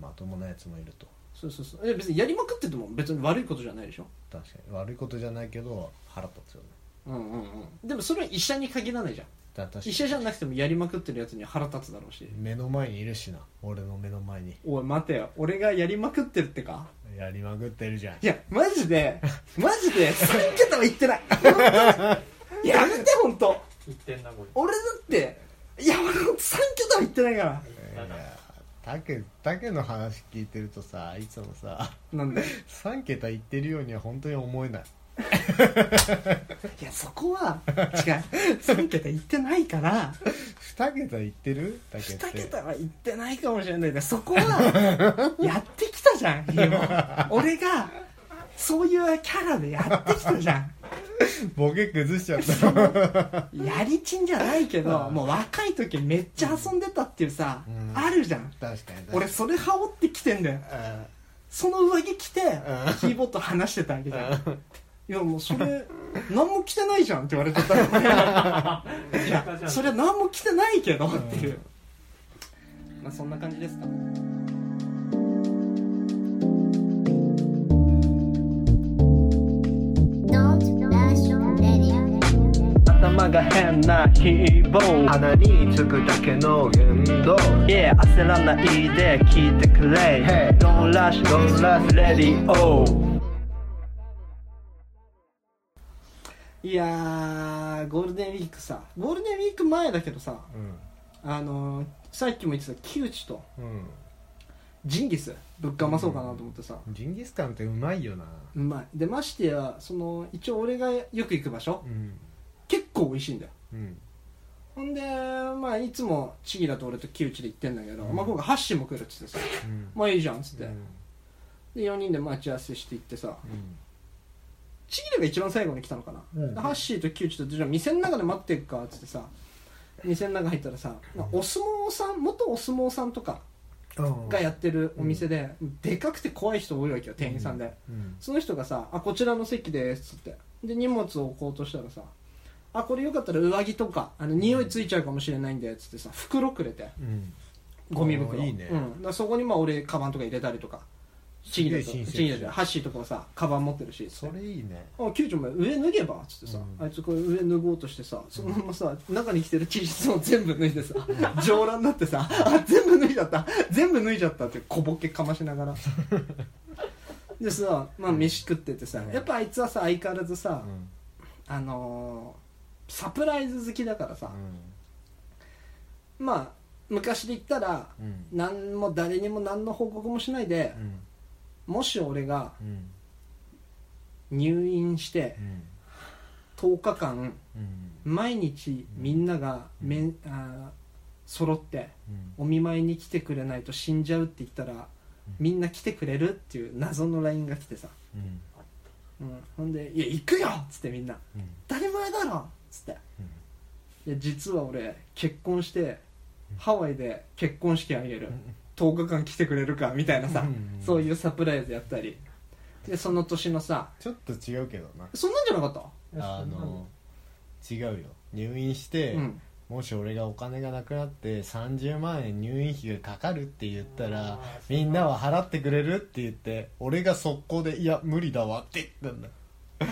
Speaker 2: まともなやつもいると
Speaker 1: そうそうそうえ別にやりまくってても別に悪いことじゃないでしょ
Speaker 2: 確かに悪いことじゃないけど腹立つよね
Speaker 1: うんうんうんでもそれは医者に限らないじゃん
Speaker 2: だ確かに
Speaker 1: 医者じゃなくてもやりまくってるやつには腹立つだろうし
Speaker 2: 目の前にいるしな俺の目の前に
Speaker 1: おい待てよ俺がやりまくってるってか
Speaker 2: やりまくってるじゃん
Speaker 1: いやマジ でマジで3桁は言ってない本当に やめて本当
Speaker 4: 言ってんなこれ
Speaker 1: 俺だっていや俺3桁は言ってないから
Speaker 4: 言っ
Speaker 2: い
Speaker 4: たな
Speaker 2: やタケタケの話聞いてるとさいつもさ
Speaker 1: なんで
Speaker 2: 3桁いってるようには本当に思えない
Speaker 1: いやそこは違う3桁言ってないから
Speaker 2: 2桁いってるタケって
Speaker 1: 2桁は言ってないかもしれないけどそこはやってきたじ ゃんヒゲも俺がそういうキャラでやってきたじゃん
Speaker 2: ボケ崩しちゃ った
Speaker 1: やりちんじゃないけどもう若い時めっちゃ遊んでたっていうさ、
Speaker 2: うん
Speaker 1: あるじゃん
Speaker 2: 確かに
Speaker 1: 俺それ羽織ってきてんだよ
Speaker 2: あ
Speaker 1: その上着着て
Speaker 2: ん
Speaker 1: キーボード話してたわけじゃんいやもうそれ何も着てないじゃんって言われてた らいやそれは何も着てないけどっていうまあそんな感じですか頭が変な希望
Speaker 2: 鼻につくだけの言動
Speaker 1: いや焦らないで聞いてくれ
Speaker 2: Hey
Speaker 1: Don't rush, don't rush, ready, oh いやーゴールデンウィークさゴールデンウィーク前だけどさ
Speaker 2: うん
Speaker 1: あのー、さっきも言ってたキウチと
Speaker 2: うん
Speaker 1: ジンギスぶっかまそうかなと思ってさ、
Speaker 2: ジンギスカンってうまいよな
Speaker 1: うまいでましてやその一応俺がよく行く場所
Speaker 2: うん
Speaker 1: 結構美味しいんだよ
Speaker 2: うん
Speaker 1: ほんでまあいつもチギラと俺とキウチで行ってんだけど、まあ今回ハッシーも来るっつってさ
Speaker 2: うん
Speaker 1: まあいいじゃんっつって、
Speaker 2: うん
Speaker 1: で4人で待ち合わせして行ってさ
Speaker 2: うん
Speaker 1: チギラが一番最後に来たのかな、
Speaker 2: うん
Speaker 1: でハッシーとキウチとじゃあ店の中で待ってっかっつってさ店の中入ったらさお相撲さん元お相撲さんとかがやってるお店で、でかくて怖い人多いわけよ店員さんで、
Speaker 2: うん
Speaker 1: その人がさ「あこちらの席です」っつってで荷物を置こうとしたらさ「あこれよかったら上着とかあの匂いついちゃうかもしれないんで」っつってさ袋くれて
Speaker 2: うん
Speaker 1: ゴミ袋
Speaker 2: あーいいね
Speaker 1: うん、だからそこにまあ俺カバンとか入れたりとかチギ
Speaker 2: げ
Speaker 1: だ
Speaker 2: え
Speaker 1: と
Speaker 2: 親切
Speaker 1: チギだとハッシーとかはさカバン持ってるし
Speaker 2: それいいね
Speaker 1: あキュウちゃんお前上脱げばっつってさ、
Speaker 2: うん
Speaker 1: あいつこれ上脱ごうとしてさそのままさ中に着てる T シャツも全部脱いでさ上裸になってさあ全部脱いじゃった全部脱いじゃったって小ボケかましながらでさまあ飯食っててさやっぱあいつはさ相変わらず
Speaker 2: う
Speaker 1: さ、
Speaker 2: ん
Speaker 1: あのーサプライズ好きだからさ、まあ昔で言ったら
Speaker 2: うんうん
Speaker 1: 何も誰にも何の報告もしないで
Speaker 2: う、ん
Speaker 1: もし俺が
Speaker 2: うん
Speaker 1: 入院して
Speaker 2: うん
Speaker 1: 10日間
Speaker 2: うん
Speaker 1: 毎日みんながめん、あー揃って
Speaker 2: う
Speaker 1: お
Speaker 2: ん
Speaker 1: 見舞いに来てくれないと死んじゃうって言ったらみんな来てくれるっていう謎の LINE が来てさ、
Speaker 2: うん
Speaker 1: うん、ほんで「いや行くよ!」っつってみんな
Speaker 2: うん
Speaker 1: 「当たり前だろ!」っつって
Speaker 2: う
Speaker 1: 「
Speaker 2: ん
Speaker 1: いや実は俺結婚してハワイで結婚式あげる10日間来てくれるか」みたいなさ、
Speaker 2: うん
Speaker 1: そういうサプライズやったりでその年のさ
Speaker 2: ちょっと違うけどな
Speaker 1: そんなんじゃなかった
Speaker 2: あの違うよ入院して、
Speaker 1: うん
Speaker 2: もし俺がお金がなくなって30万円入院費がかかるって言ったら
Speaker 4: あー
Speaker 2: みんなは払ってくれるって言って俺が速攻で「いや無理だわ」って言ったんだ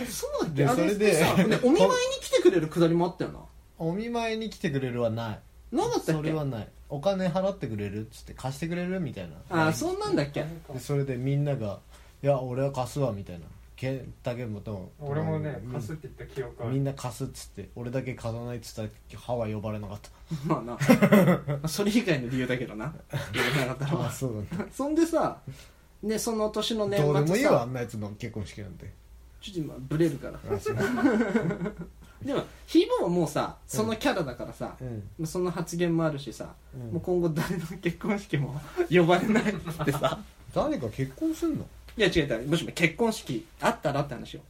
Speaker 1: そうだっけ
Speaker 2: で
Speaker 1: あれ
Speaker 2: それで
Speaker 1: さねお見舞いに来てくれるくだりもあったよな
Speaker 2: お見舞いに来てくれるはない
Speaker 1: なんだったっ
Speaker 2: そ
Speaker 1: け
Speaker 2: れはないお金払ってくれるっつって貸してくれるみたいな
Speaker 1: あーそんなんだっけ
Speaker 2: でそれでみんなが「いや俺は貸すわ」みたいなけ竹本
Speaker 4: 俺もね
Speaker 2: うん
Speaker 4: かすって言った記憶あ
Speaker 2: みん
Speaker 4: る
Speaker 2: な貸すっつって俺だけ貸さないっつったら歯は呼ばれなかった
Speaker 1: まあ なそれ以外の理由だけどな言えなかったら
Speaker 2: あそうなんだ
Speaker 1: そんでさねその年の年末
Speaker 2: ど
Speaker 1: さ
Speaker 2: うでもいいわあんなやつの結婚式なんて
Speaker 1: ちょっと今ブレるから
Speaker 2: あそう
Speaker 1: でもヒーボーはもうさそのキャラだからさ、
Speaker 2: うん
Speaker 1: もうその発言もあるしさ、
Speaker 2: うん
Speaker 1: もう今後誰の結婚式も呼ばれないって さ
Speaker 2: 誰か結婚すんの
Speaker 1: いや違う違うもしも結婚式あったらって話よ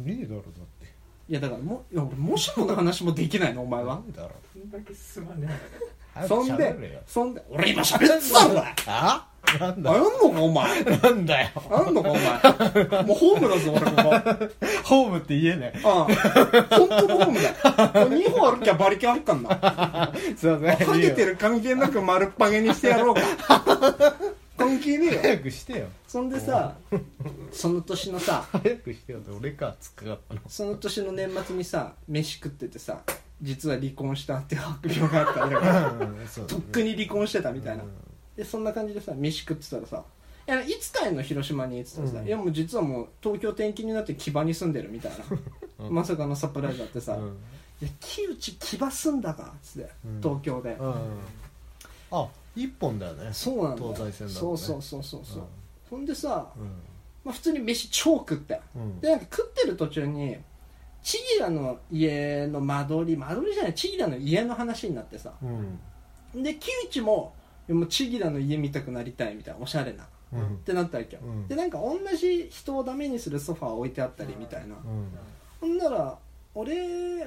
Speaker 2: ねえだろだって
Speaker 1: いやだからもいや俺もしもの話もできないのお前は
Speaker 2: ねえだろ
Speaker 4: そんだけ進まね
Speaker 2: 早く
Speaker 1: そん
Speaker 2: 喋れよ
Speaker 1: でそんで俺今喋ってた んだ
Speaker 2: あなん
Speaker 1: あ
Speaker 2: だ
Speaker 1: やんのかお前
Speaker 2: なんだよ
Speaker 1: あんのかお前もうホームだぞ俺ここ
Speaker 2: ホームって言えない
Speaker 1: ああ本当のホームだよ2歩歩きゃ馬力あっかんな
Speaker 2: すいません
Speaker 1: ハゲて
Speaker 2: る
Speaker 1: る関係なく丸っぱげにしてやろうか関係ねえよ
Speaker 2: 早くしてよ
Speaker 1: そんでさその年のさ
Speaker 2: 早くしてよって俺かつかかったの
Speaker 1: その年の年末にさ飯食っててさ実は離婚したっていう悪評があったみたいな
Speaker 2: うんそう
Speaker 1: とっくに離婚してたみたいな
Speaker 2: うん
Speaker 1: でそんな感じでさ飯食ってたらさいやいつかへの広島にっつったらさ、
Speaker 2: うん
Speaker 1: いやもう実はもう東京転勤になって木場に住んでるみたいな、
Speaker 2: うん
Speaker 1: まさかのサプライズあってさ「
Speaker 2: う
Speaker 1: い
Speaker 2: ん
Speaker 1: や木内木場住んだか」っつって、
Speaker 2: うん
Speaker 1: 東京で、
Speaker 2: うんあ一本だよね
Speaker 1: そうなんだよ
Speaker 2: 東西線だもん
Speaker 1: そう
Speaker 2: ね
Speaker 1: そうそうそうそう
Speaker 2: うん
Speaker 1: ほんでさ、
Speaker 2: うん
Speaker 1: まあ、普通に飯超食って
Speaker 2: うん
Speaker 1: でなんか食ってる途中にチギラの家の間取り間取りじゃないチギラの家の話になってさ
Speaker 2: うん
Speaker 1: で木内もいやもうチギラの家見たくなりたいみたいなおしゃれなっ
Speaker 2: うん
Speaker 1: てなったわけよ、
Speaker 2: うん
Speaker 1: でなんか同じ人をダメにするソファー置いてあったりみたいな、
Speaker 2: うん
Speaker 1: ほんなら俺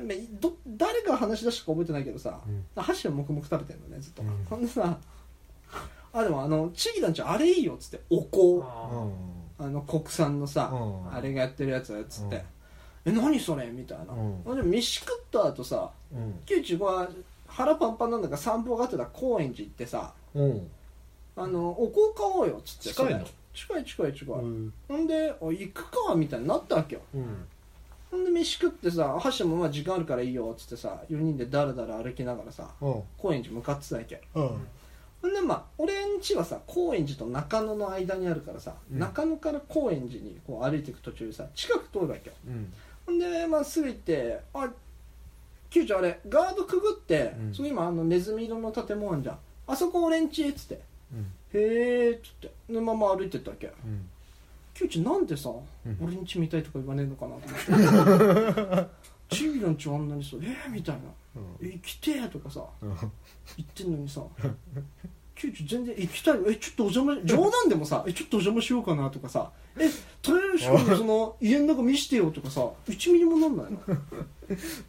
Speaker 1: めど誰が話し出したか覚えてないけどさ、
Speaker 2: うん
Speaker 1: 箸を黙々食べてんのねずっと、
Speaker 2: うん
Speaker 1: ほんでさあでもあのチギラんちあれいいよっつってお香
Speaker 2: う
Speaker 4: あ
Speaker 2: ん
Speaker 1: あの国産のさ、
Speaker 2: うん
Speaker 1: あれがやってるやつだっつって「え何それ?」みたいな、
Speaker 2: うん
Speaker 1: ほんで飯食った後さ
Speaker 2: うん
Speaker 1: 95は腹パンパンなんだから散歩がてら高円寺行ってさ
Speaker 2: うん
Speaker 1: あのお香買おうよっつって
Speaker 2: 近いの
Speaker 1: それ近い近い近い、
Speaker 2: うん
Speaker 1: ほんであ行くかみたいになったわけよ
Speaker 2: うん
Speaker 1: ほんで飯食ってさ箸もまあ時間あるからいいよっつってさ4人でダラダラ歩きながらさ
Speaker 2: うん
Speaker 1: 高円寺向かってたわけ
Speaker 2: うん
Speaker 1: ほんでまあ俺ん家はさ高円寺と中野の間にあるからさ、
Speaker 2: うん
Speaker 1: 中野から高円寺にこう歩いていく途中でさ近く通るわけよ
Speaker 2: うん
Speaker 1: ほんでまあすぐ行ってあキュウちゃんあれガードくぐって、
Speaker 2: うん
Speaker 1: そこ今あのネズミ色の建物あんじゃんあそこ俺ん家っつって
Speaker 2: うん
Speaker 1: へえっつってでまあまあ歩いてったわけ
Speaker 2: うん
Speaker 1: キュウちゃんなんでさ、
Speaker 2: うん
Speaker 1: 俺ん家見たいとか言わねえのかなと思 ってチビラんちあんなにさ「えー、みたいな「え行きてえ」とかさ言ってんのにさ キュウちゃん全然行きたいよえちょっとお邪 魔冗談でもさえちょっとお邪魔しようかなとかさえとりあえずそ の家の中見してよとかさ1ミリもなんないの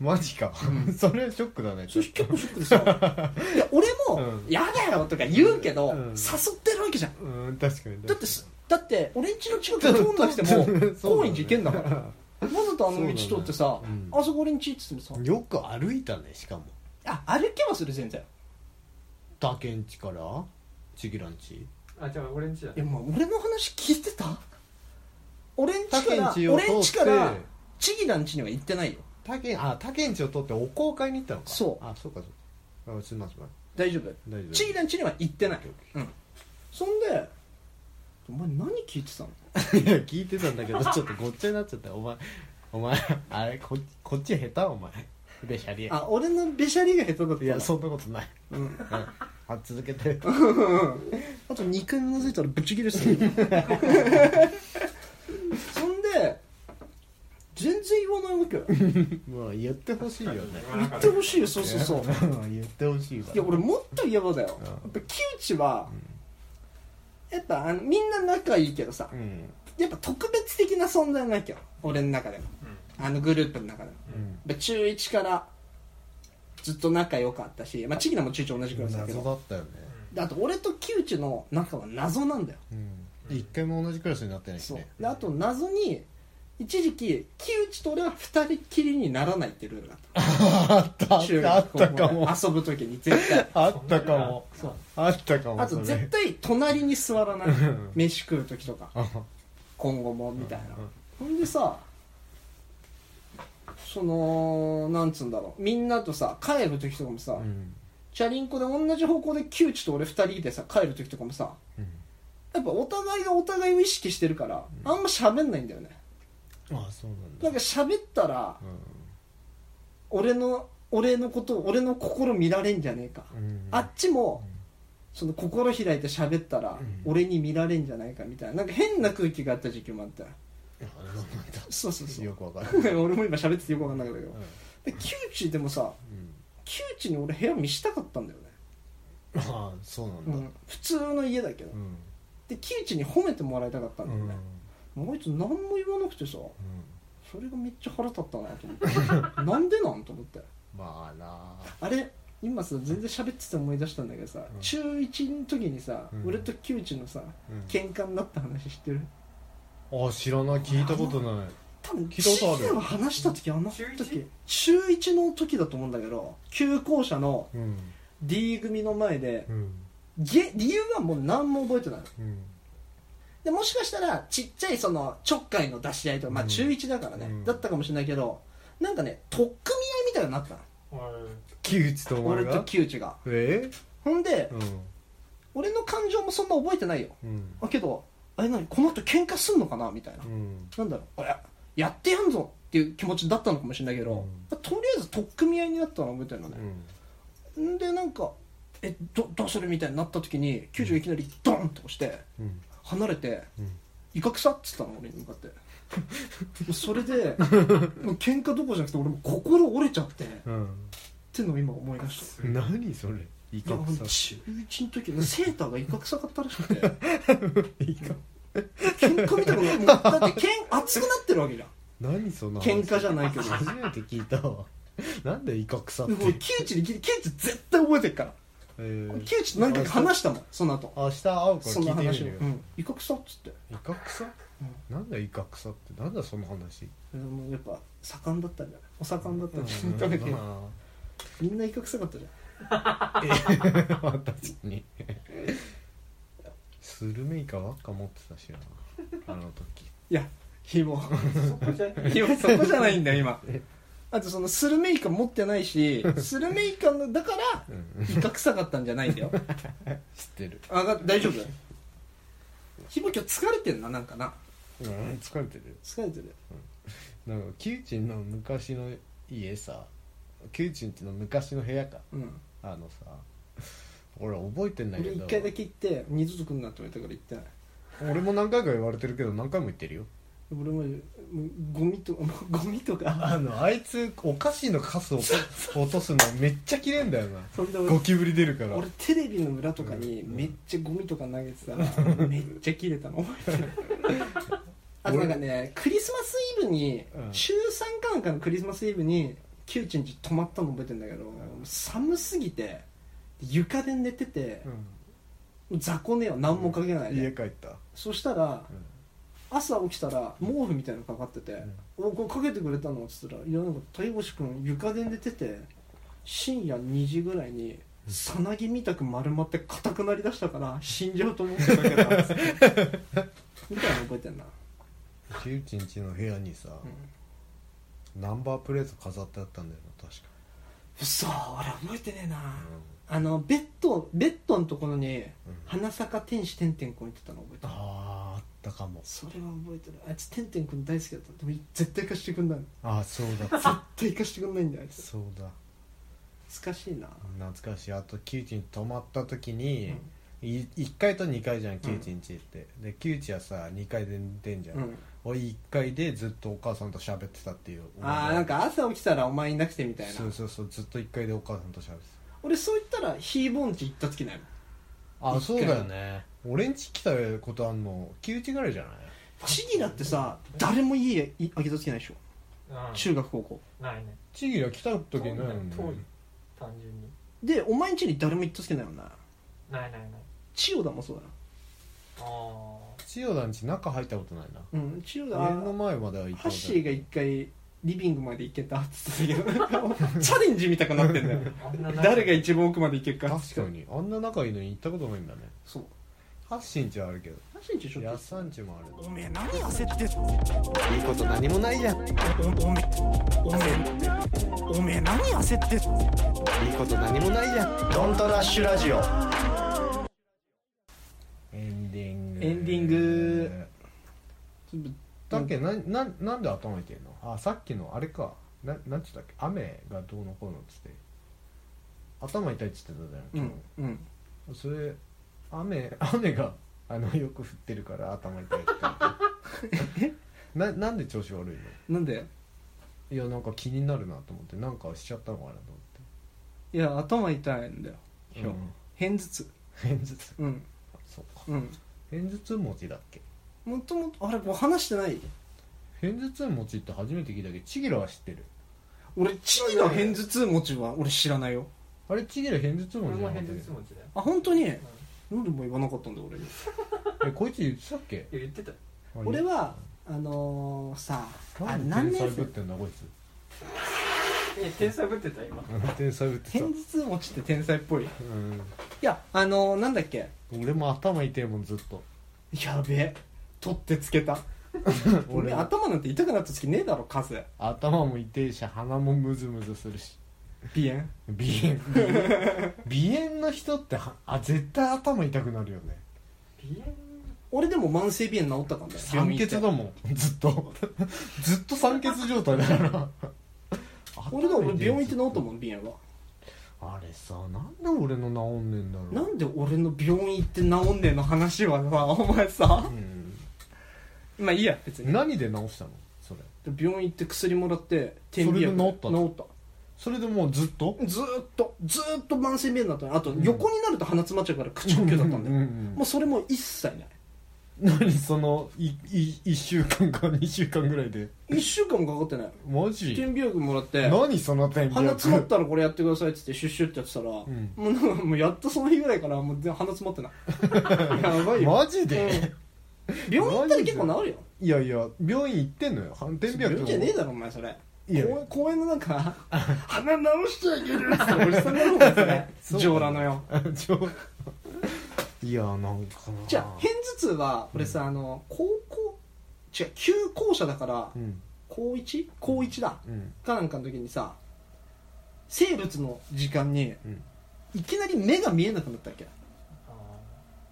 Speaker 2: マジかそれショックだね
Speaker 1: それ結構ショックで さいや俺も
Speaker 2: う
Speaker 1: 「やだよ」とか言うけど、
Speaker 2: うん
Speaker 1: 誘ってるわけじゃん
Speaker 2: うん確かに
Speaker 1: だってすだって俺んちの近く通んなくても 高円寺行けんだからわざとあの道通ってさ、
Speaker 2: そうだねうん
Speaker 1: あそこ俺んちっつってもさ
Speaker 2: よく歩いたねしかも
Speaker 1: あ歩けはする全然
Speaker 2: 竹んちからちぎらんち
Speaker 4: あじゃあ俺んちだ
Speaker 1: いやもう俺の話聞いてた俺んちか
Speaker 2: 竹ん
Speaker 1: ら
Speaker 2: ちを
Speaker 1: 俺んち
Speaker 2: 通っ
Speaker 1: か
Speaker 2: て
Speaker 1: らチギラんちには行ってないよ
Speaker 2: 竹あ竹んちを通ってお香買いに行ったのか
Speaker 1: そう
Speaker 2: あそうかそうかあすみませんすいま
Speaker 1: 大丈夫
Speaker 2: せん大丈夫
Speaker 1: チギラんちには行ってないうんそんでお前何聞いてたの
Speaker 2: いや聞いてたんだ け どちょっとごっちゃになっちゃったお前お前あれここっち下手お前べしゃり
Speaker 1: あ俺のべしゃりが下手だったの
Speaker 2: いやそんなことない
Speaker 1: うん
Speaker 2: あ続けて
Speaker 1: あと2回うなずいたらぶち切れす るそんで全然言わないわけよ言
Speaker 2: もう言ってほしいよね
Speaker 1: ってほ しいよ そうそうそう
Speaker 2: うん言ってほしいわ
Speaker 1: いや俺もっと言えばだよやっ
Speaker 2: うん
Speaker 1: ぱ木内はやっぱあのみんな仲いいけどさ
Speaker 2: うん
Speaker 1: やっぱ特別的な存在なきゃ俺の中でもあのグループの中でも
Speaker 2: うん
Speaker 1: やっぱ中1からずっと仲良かったしまあ千木田も中1同じくらいだけ
Speaker 2: 謎
Speaker 1: ど
Speaker 2: だったよね
Speaker 1: であと俺と木内の仲は謎なんだよ
Speaker 2: うん一回も同じクラスになってないし
Speaker 1: そう
Speaker 2: ね
Speaker 1: であと謎に一時期木内と俺は二人っきりにならないってルールがあっ
Speaker 2: あった
Speaker 1: た中
Speaker 2: あ
Speaker 1: 学
Speaker 2: っ
Speaker 1: 高
Speaker 2: たか
Speaker 1: 校
Speaker 2: も
Speaker 1: で遊ぶ時に絶 対
Speaker 2: あったかも
Speaker 1: そう
Speaker 2: あったかも
Speaker 1: あと
Speaker 2: それ
Speaker 1: 絶対隣に座ら ない
Speaker 2: ん
Speaker 1: 飯食う時とか
Speaker 2: あ
Speaker 1: 今後もみたいな
Speaker 2: う
Speaker 1: ほ
Speaker 2: ん
Speaker 1: んでさそのなんつうんだろうみんなとさ帰る時とかもさ、
Speaker 2: うん
Speaker 1: チャリンコで同じ方向で木内と俺二人でさ帰る時とかもさ
Speaker 2: うん
Speaker 1: やっぱお互いがお互いを意識してるからあんま喋んないんだよね
Speaker 2: あそうなんだ
Speaker 1: なんか喋ったら
Speaker 2: う
Speaker 1: 俺の俺のことを俺の心見られんじゃねえか、
Speaker 2: んうん
Speaker 1: あっちも
Speaker 2: うん
Speaker 1: その心開いて喋ったら
Speaker 2: うん
Speaker 1: 俺に見られんじゃないかみたいななんか変な空気があった時期もあった
Speaker 2: あそうなんだ
Speaker 1: そうそうそう
Speaker 2: よくわかる、
Speaker 1: 俺も今喋っててよくわかんないんだけ
Speaker 2: う
Speaker 1: ど
Speaker 2: ん
Speaker 1: で窮地でもさ
Speaker 2: うん、
Speaker 1: 窮地に俺部屋見したかったんだよね、
Speaker 2: ああそうなん
Speaker 1: う
Speaker 2: だ
Speaker 1: ん、普通の家だけど、
Speaker 2: うん
Speaker 1: で窮地に褒めてもらいたかったん
Speaker 2: う
Speaker 1: だよ
Speaker 2: ん
Speaker 1: ね、もうあいつ何も言わなくてさ
Speaker 2: うん
Speaker 1: それがめっちゃ腹立ったなと思って なんでなんと思って
Speaker 2: まあな
Speaker 1: あれ今さ全然喋ってて思い出したんだけどさ、
Speaker 2: うん
Speaker 1: 中1の時にさ、
Speaker 2: うん
Speaker 1: 俺と窮地のさ
Speaker 2: うん
Speaker 1: 喧嘩になった話知ってる
Speaker 2: あ知らない聞いたことない
Speaker 1: 多分
Speaker 2: 聞いたことある
Speaker 1: 地図が話した時あの
Speaker 4: 中一
Speaker 1: 時中1の時だと思うんだけど旧校舎の
Speaker 2: うん、
Speaker 1: D 組の前で
Speaker 2: うん
Speaker 1: げ理由はもう何も覚えてない
Speaker 2: うん
Speaker 1: でもしかしたらちっちゃいそのちょっかいの出し合いとか、まあ、
Speaker 2: うん
Speaker 1: 中1だからね、
Speaker 2: うん
Speaker 1: だったかもしれないけどなんかね取っ組み合いみたいになったの
Speaker 2: 木内とお前
Speaker 1: 俺と
Speaker 2: が
Speaker 1: 窮地が
Speaker 2: え
Speaker 1: ほんで、
Speaker 2: う
Speaker 1: 俺の感情もそんな覚えてないよ
Speaker 2: んうん
Speaker 1: あけどあれ何この後喧嘩すんのかなみたいな、
Speaker 2: うん
Speaker 1: なんだろうあややってやんぞっていう気持ちだったのかもしれないけど、
Speaker 2: うん
Speaker 1: とりあえず取っ組み合いになったの覚えてるの
Speaker 2: う
Speaker 1: ね、
Speaker 2: ん
Speaker 1: ん、でなんかえどどうするみたいになった時に球児がいきなりドンって押して
Speaker 2: うん
Speaker 1: 離れて
Speaker 2: うん
Speaker 1: 「威嚇さ」っつったの俺に向かってもうそれで もう喧嘩どころじゃなくて俺もう心折れちゃってっ
Speaker 2: うん
Speaker 1: ていうのを今思い出した
Speaker 2: 何それ威
Speaker 1: いや
Speaker 2: 嚇さ
Speaker 1: 中1の時セーターが威嚇臭かったらしくて
Speaker 2: 威嚇
Speaker 1: 喧嘩みたいなもうだってけん熱くなってるわけじゃん
Speaker 2: 何その
Speaker 1: 喧嘩じゃないけど
Speaker 2: 初めて聞いたわなんで威嚇さっ
Speaker 1: で
Speaker 2: て
Speaker 1: も俺窮地に聞いて窮地絶対覚えてるから
Speaker 2: えー
Speaker 1: 窮地と何回か話したもんその後
Speaker 2: 明日会うから
Speaker 1: そんな
Speaker 2: 聞い
Speaker 1: 話
Speaker 2: て
Speaker 1: を
Speaker 2: みる
Speaker 1: う
Speaker 2: よ
Speaker 1: ん威嚇さっつって
Speaker 2: 威嚇さなんだ威嚇さってなんだその話
Speaker 1: でもやっぱ盛んだったんじゃないお盛んだったんじゃ
Speaker 2: うん
Speaker 1: ない
Speaker 2: ま
Speaker 1: みんな威嚇臭かったじゃ
Speaker 2: あ確かにスルメイカばっか持ってたしなあの時
Speaker 1: んいやひ も
Speaker 4: そこじゃない
Speaker 1: ひもそこじゃないんだよ今あとそのスルメイカ持ってないしスルメイカのだから
Speaker 2: うん
Speaker 1: 威嚇臭かったんじゃないんだよ
Speaker 2: 知ってる
Speaker 1: あが大丈夫ひも今日疲れてんななんかな
Speaker 2: うん疲れてる
Speaker 1: 疲れてる
Speaker 2: なんかキウチンの昔の家さキウチンっての昔の部屋か
Speaker 1: うん
Speaker 2: あのさ俺覚えてんだけ
Speaker 1: 俺
Speaker 2: ど
Speaker 1: 一回だけ行って二度と来んなって言われたから行ってない
Speaker 2: 俺も何回か言われてるけど何回も言ってるよ
Speaker 1: 俺ももうゴミとか もうゴミとか
Speaker 2: あのあいつお菓子のカスを落とすのめっちゃ綺麗んだよな
Speaker 1: それで
Speaker 2: ゴ
Speaker 1: 俺
Speaker 2: キブリ出るから
Speaker 1: 俺テレビの裏とかに
Speaker 2: うん
Speaker 1: めっちゃゴミとか投げてたらめっちゃ切れた の覚えてるあとなんかねクリスマスイブに
Speaker 2: うん
Speaker 1: 週3かなんかのクリスマスイブに窮地んち泊まったの覚えてんだけど寒すぎて床で寝てて雑魚寝よ何もかけない
Speaker 2: 家
Speaker 1: で
Speaker 2: 帰った
Speaker 1: そしたら
Speaker 2: うん
Speaker 1: 朝起きたら毛布みたいなのかかってて
Speaker 2: ん
Speaker 1: 「おこれかけてくれたの?」っつったら「いやなんか豊越君床で寝てて深夜2時ぐらいにさなぎみたく丸まって硬くなりだしたから死んじゃうと思ってたけ ど」っつってみたいなの覚えてんな、
Speaker 2: キウチンちの部屋にさ
Speaker 1: うん、
Speaker 2: ナンバープレート飾ってあったんだよな確か
Speaker 1: 嘘俺覚えてねえなあのベッドベッドのところに
Speaker 2: うんうん
Speaker 1: 花坂天使てんてんくんいてたの覚えてる
Speaker 2: あーあったかも
Speaker 1: それは覚えてるあいつてんてんくん大好きだったでも絶対貸してくんないの
Speaker 2: ああそうだ
Speaker 1: 絶対貸してくんないんだよあいつ
Speaker 2: そうだ
Speaker 1: 難しいな
Speaker 2: 懐かしいあとキウチン泊まった時に
Speaker 1: うん、
Speaker 2: い1階と2階じゃんキウチンちって、でキウチはさ2階で寝てんじゃん、
Speaker 1: うん
Speaker 2: 俺1階でずっとお母さんと喋ってたっていう
Speaker 1: ああなんか朝起きたらお前いなくてみたいな
Speaker 2: そうそうそうずっと1階でお母さんと喋って
Speaker 1: 俺そう言ったらひーぼんち行った時ないもん
Speaker 2: た
Speaker 1: あそうだよ
Speaker 2: ね俺んち来たことあんのキウチぐらいじゃない
Speaker 1: ちぎらってさ誰も家いあげた時ないでしょ中学高校
Speaker 4: ないね
Speaker 2: ちぎら来た時ないよね
Speaker 4: 遠い単純に
Speaker 1: でお前ん家に誰も行った時ないよな
Speaker 4: ないないない
Speaker 1: 千代田もそうだな
Speaker 4: ああ
Speaker 2: 千代田んち中入ったことないな
Speaker 1: うん千代田
Speaker 2: 家の前までは行った
Speaker 1: ハ
Speaker 2: こ
Speaker 1: ッシーが一
Speaker 2: と
Speaker 1: 回リビングまで行けたっつってたけど チャレンジみたくなってんだ よ
Speaker 4: あんな中
Speaker 1: 誰が一番奥まで行ける
Speaker 2: あ
Speaker 1: か
Speaker 2: る
Speaker 1: っつっ
Speaker 2: 確
Speaker 1: て
Speaker 2: かにあんな仲いいのに行ったことないんだね
Speaker 1: そう
Speaker 2: ハッシーんちはあるけど
Speaker 1: ハッシーんちちょっと
Speaker 2: やっさんちもある
Speaker 3: おめえ何焦ってんの
Speaker 2: いいこと何もないじゃんいい
Speaker 3: おめおめおめえ何焦ってんの
Speaker 2: こと何もないじゃん
Speaker 3: ドントラッシュラジオ
Speaker 2: エンディング
Speaker 1: エンディングちょっと
Speaker 2: だっけなななんで頭痛いのあさっきのあれかななんて言ったっけ雨がどうのこうのっつって頭痛いっつってたじゃん
Speaker 1: う
Speaker 2: 今日
Speaker 1: ん、うん
Speaker 2: それ雨 雨があのよく降ってるから頭痛いって 言ってななんで調子悪いの
Speaker 1: なんで
Speaker 2: いやなんか気になるなと思ってなんかしちゃったのかなと
Speaker 1: いや頭痛いんだよ
Speaker 2: 思って、
Speaker 1: 偏頭痛
Speaker 2: 偏頭痛
Speaker 1: うん
Speaker 2: そうか
Speaker 1: うん
Speaker 2: 偏頭痛持ちだっけ
Speaker 1: もともとあれもう話してない
Speaker 2: 偏頭痛持ちって初めて聞いたけどチギラは知ってる
Speaker 1: 俺チギの偏頭痛持ちは俺知らないよ
Speaker 2: あれチギラ偏頭痛
Speaker 4: 俺
Speaker 2: 持ちじ
Speaker 4: も
Speaker 2: ゃな
Speaker 4: 偏
Speaker 2: く
Speaker 4: 頭
Speaker 2: て
Speaker 4: 痛持ちだよ
Speaker 1: あ本当に
Speaker 4: うん
Speaker 1: なんでも言わなかったんだ俺に
Speaker 2: えこいつ言ってたっけ
Speaker 4: いや言ってたよ
Speaker 1: 俺はあのー、さあれ
Speaker 2: 何
Speaker 1: 何
Speaker 2: で天
Speaker 1: 年
Speaker 2: 才ぶっ
Speaker 1: 生
Speaker 2: てんだこいつ
Speaker 4: え天才ぶってた今
Speaker 2: うん天才ぶってた
Speaker 1: 偏頭痛持ちって天才っぽいい
Speaker 2: うん
Speaker 1: やあのー、なんだっけ
Speaker 2: 俺も頭痛いもんずっ と
Speaker 1: やべえ取ってつけた俺頭なんて痛くなった時ねえだろ風
Speaker 2: 頭も痛いし鼻もムズムズするし
Speaker 1: 鼻炎
Speaker 2: 鼻 炎鼻炎の人ってはあ絶対頭痛くなるよね
Speaker 4: 鼻炎
Speaker 1: 俺でも慢性鼻炎治ったからだよ病
Speaker 2: 酸
Speaker 1: 院行って
Speaker 2: 欠だもんずっとずっと酸欠状態だから
Speaker 1: 俺だ俺病院行って治った
Speaker 2: 頭痛い
Speaker 1: もん鼻炎は
Speaker 2: あれさなんで俺の治んねえんだろう
Speaker 1: なんで俺の病院行って治んねえの話はさお前さ
Speaker 2: う
Speaker 1: まあいいや別に
Speaker 2: ん、何で治したのそれ
Speaker 1: 病院行って薬もらって点鼻
Speaker 2: それ
Speaker 1: 薬
Speaker 2: で治ったのそれでもうずっと
Speaker 1: ずーっとずーっと慢性鼻炎だったのあと横になると鼻詰まっちゃうから口呼吸だったんだよ、
Speaker 2: うう
Speaker 1: もうそれも一切ない
Speaker 2: 何そのいい1週間か2週間ぐらいで
Speaker 1: 1週間もかかってない
Speaker 2: マ
Speaker 1: 点
Speaker 2: ジ
Speaker 1: 鼻薬もらって
Speaker 2: 何その点
Speaker 1: 鼻詰まったらこれやってくださいっつってシュッシュってやってたら、
Speaker 2: ん
Speaker 1: もうなんかもうやっとその日ぐらいからもう全鼻詰まってない やばいよ
Speaker 2: マジで、
Speaker 1: 病院行ったら結構治るよ
Speaker 2: いやいや病院行ってんのよ反転
Speaker 1: 病
Speaker 2: 病
Speaker 1: 院じゃねえだろお前それ
Speaker 2: いや
Speaker 1: 公園公園のなん か鼻直してあげるっつっておじさんだろお前それ
Speaker 2: そう
Speaker 1: 上裸のよ
Speaker 2: ろちょ いやなんかな
Speaker 1: じゃあ片頭痛は俺さ、あの高校違う旧校舎だから
Speaker 2: うん
Speaker 1: 高 1? 高1だ
Speaker 2: うん
Speaker 1: かなんかの時にさ生物の時間に
Speaker 2: うん
Speaker 1: いきなり目が見えなくなったっけ
Speaker 4: あ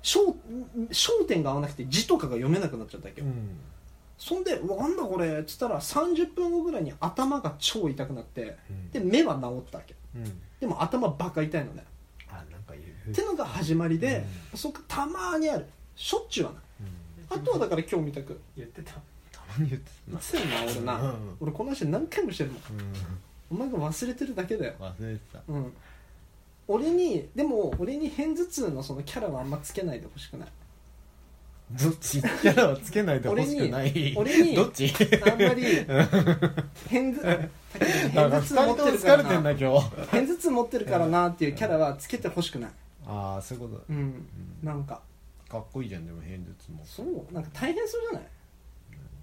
Speaker 1: 焦焦点が合わなくて字とかが読めなくなっちゃったっけ、
Speaker 2: うん
Speaker 1: そんで「うわなんだこれ」っつったら30分後ぐらいに頭が超痛くなって
Speaker 2: うん
Speaker 1: で目は治ったわけ
Speaker 2: うん
Speaker 1: でも頭バカ痛いのね
Speaker 2: あなんか言
Speaker 1: っ
Speaker 2: う
Speaker 1: てのが始まりで、そっかたまーにあるしょっちゅうはない
Speaker 2: うん
Speaker 4: ー
Speaker 1: あとはだから今日見たく
Speaker 4: 言ってた
Speaker 2: たまに言って
Speaker 1: 言ってたよな俺な、
Speaker 2: うん
Speaker 1: 俺この話何回もしてるもん
Speaker 2: たうん
Speaker 1: お前が忘れてるだけだよ
Speaker 2: 忘れてた
Speaker 1: うん俺にでも俺に偏頭痛のそのキャラはあんまつけないでほしくない
Speaker 2: どっちキャラはつけないでほしくない
Speaker 1: 俺に
Speaker 2: どっち
Speaker 1: あんま り偏頭
Speaker 2: な
Speaker 1: 偏
Speaker 2: ん
Speaker 1: 頭
Speaker 2: か二
Speaker 1: 痛持
Speaker 2: 人
Speaker 1: っ
Speaker 2: とも
Speaker 1: てる
Speaker 2: 疲
Speaker 1: か
Speaker 2: れて
Speaker 1: ら
Speaker 2: ん
Speaker 1: な
Speaker 2: だ今日
Speaker 1: 偏頭痛持ってるからなっていうキャラはつけてほしくない
Speaker 2: ああそういうこと
Speaker 1: うんなんか
Speaker 2: かっこいいじゃんでも偏頭痛もなん
Speaker 1: そうなんか大変そうじゃない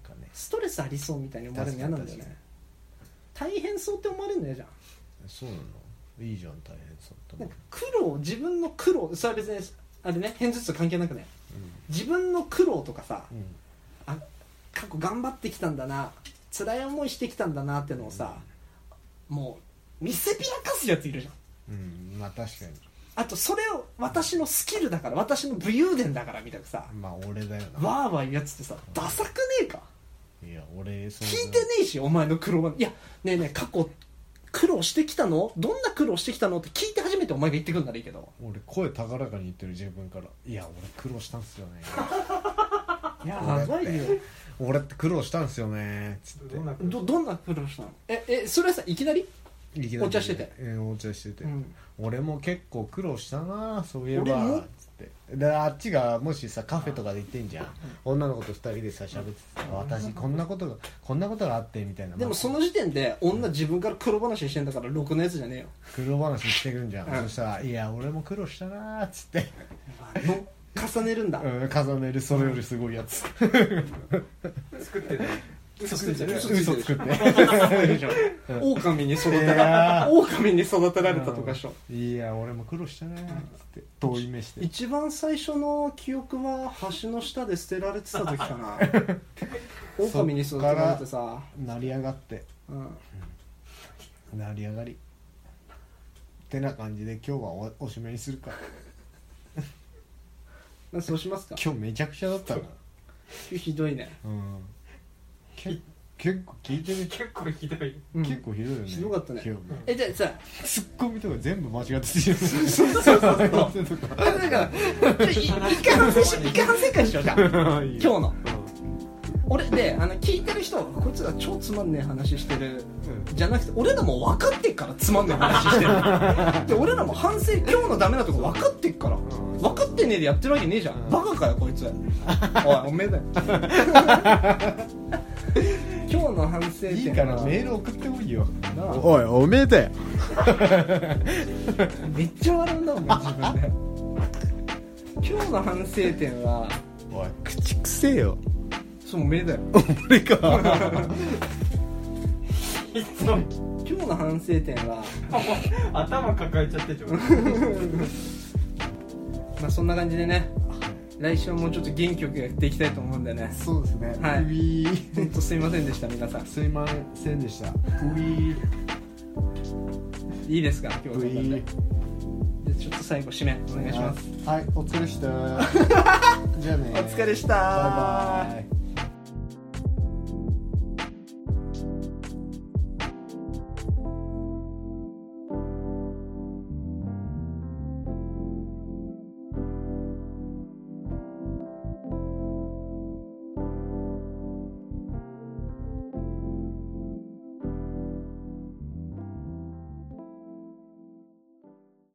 Speaker 2: かね
Speaker 1: ストレスありそうみたいに思われるの嫌なんだよね大変そうって思われるの嫌じゃん
Speaker 2: そうなのいいじゃん大変そう
Speaker 1: な
Speaker 2: だも
Speaker 1: んか苦労自分の苦労それは別にあれね偏頭痛関係なくね自分の苦労とかさ
Speaker 2: うんうん
Speaker 1: あ過去頑張ってきたんだな辛い思いしてきたんだなってのをさもう見せびらかすやついるじゃん
Speaker 2: うんまあ確か
Speaker 1: あとそれを私のスキルだから私の武勇伝だからみたいなさ
Speaker 2: にまあ俺だよな
Speaker 1: わーわー言うやつってさダサくねえか
Speaker 2: いや俺そんな
Speaker 1: 聞いてねえしお前の苦労はいやねえねえ過去苦労してきたのどんな苦労してきたのって聞いて初めてお前が言ってくんならいいけど
Speaker 2: 俺声高らかに言ってる自分からいや俺苦労したんすよね
Speaker 1: やばいよ
Speaker 2: 俺って苦労したんすよねつって
Speaker 4: どんなこと
Speaker 1: どどんな苦労したのええそれはさいきなり、
Speaker 2: いきなり
Speaker 1: お茶してて
Speaker 2: うんお茶してて
Speaker 1: うん、
Speaker 2: 俺も結構苦労したなそういえ
Speaker 1: 俺
Speaker 2: ば
Speaker 1: も
Speaker 2: つってであっちがもしさカフェとかで行ってんじゃん女の子と二人でさ喋っててさ私こんなことがこんなことがあってみたいな
Speaker 1: でもその時点で女自分から苦労話してんだからろくなやつじゃねえよ
Speaker 2: 苦労話してくんじゃん、
Speaker 1: うん
Speaker 2: そしたら「いや俺も苦労したな」っつって、
Speaker 1: の重ねるんだ、
Speaker 2: うん、重ねるそれよりすごいやつ
Speaker 4: 作って た
Speaker 1: 嘘ついてる嘘つ
Speaker 2: 嘘
Speaker 1: い
Speaker 2: つく
Speaker 1: て
Speaker 2: っ
Speaker 1: る
Speaker 2: て
Speaker 1: オオカミに育てら オオカミに育てられたとかでしょ
Speaker 2: いや俺も苦労したなっつって遠い目して
Speaker 1: 一番最初の記憶は橋の下で捨てられてた時か な狼に育てられてさ、
Speaker 2: 成り上がって
Speaker 1: うん、
Speaker 2: 成り上がりってな感じで今日はおおしまいにす るか
Speaker 1: なそうしますか
Speaker 2: 今日めちゃくちゃだったな
Speaker 1: ひどいね
Speaker 2: うんけ結構聞いてみ
Speaker 4: 結構ひどい
Speaker 1: うん
Speaker 2: 結構ひどいよね
Speaker 1: ひどかったね
Speaker 2: 記憶
Speaker 1: えじゃあさ
Speaker 2: ツッコミとか全部間違っててるそう
Speaker 1: そうそう そう
Speaker 2: とか
Speaker 1: あ なんか一回反省し一回反省会しようじゃん今
Speaker 2: 今
Speaker 1: 日の俺であの聞いてる人はこいつら超つまんねえ話してるじゃなくて俺らも分かってっからつまんねえ話してる で俺らも反省今日のダメなとこ分かってっから
Speaker 2: ん
Speaker 1: 分かってねえでやってるわけねえじゃ
Speaker 2: うんん
Speaker 1: バカかよこい つおいおめえだよ今日の反省点はい
Speaker 2: いからメール送ってこいよ
Speaker 1: なあ
Speaker 2: おいおめえだよ
Speaker 1: めっちゃ笑うんだもん自分 で今日の反省点は
Speaker 2: おい口くせえよ
Speaker 1: そうおめえだよ
Speaker 2: 俺か
Speaker 4: いつも
Speaker 1: 今日の反省点は
Speaker 4: 頭抱えちゃってるじゃん
Speaker 1: まあそんな感じでね来週はもうちょっと元気よくやっていきたいと思うんでね
Speaker 2: そうですね
Speaker 1: はいう
Speaker 2: い
Speaker 1: 本当すいませんでした皆さん
Speaker 2: すいませんでしたうい
Speaker 1: いいですか今日はそんなん
Speaker 2: う
Speaker 1: で
Speaker 2: い
Speaker 1: でちょっと最後締めお願いします
Speaker 2: はいお疲れっしたじゃあね
Speaker 1: お疲れした
Speaker 2: バイバイ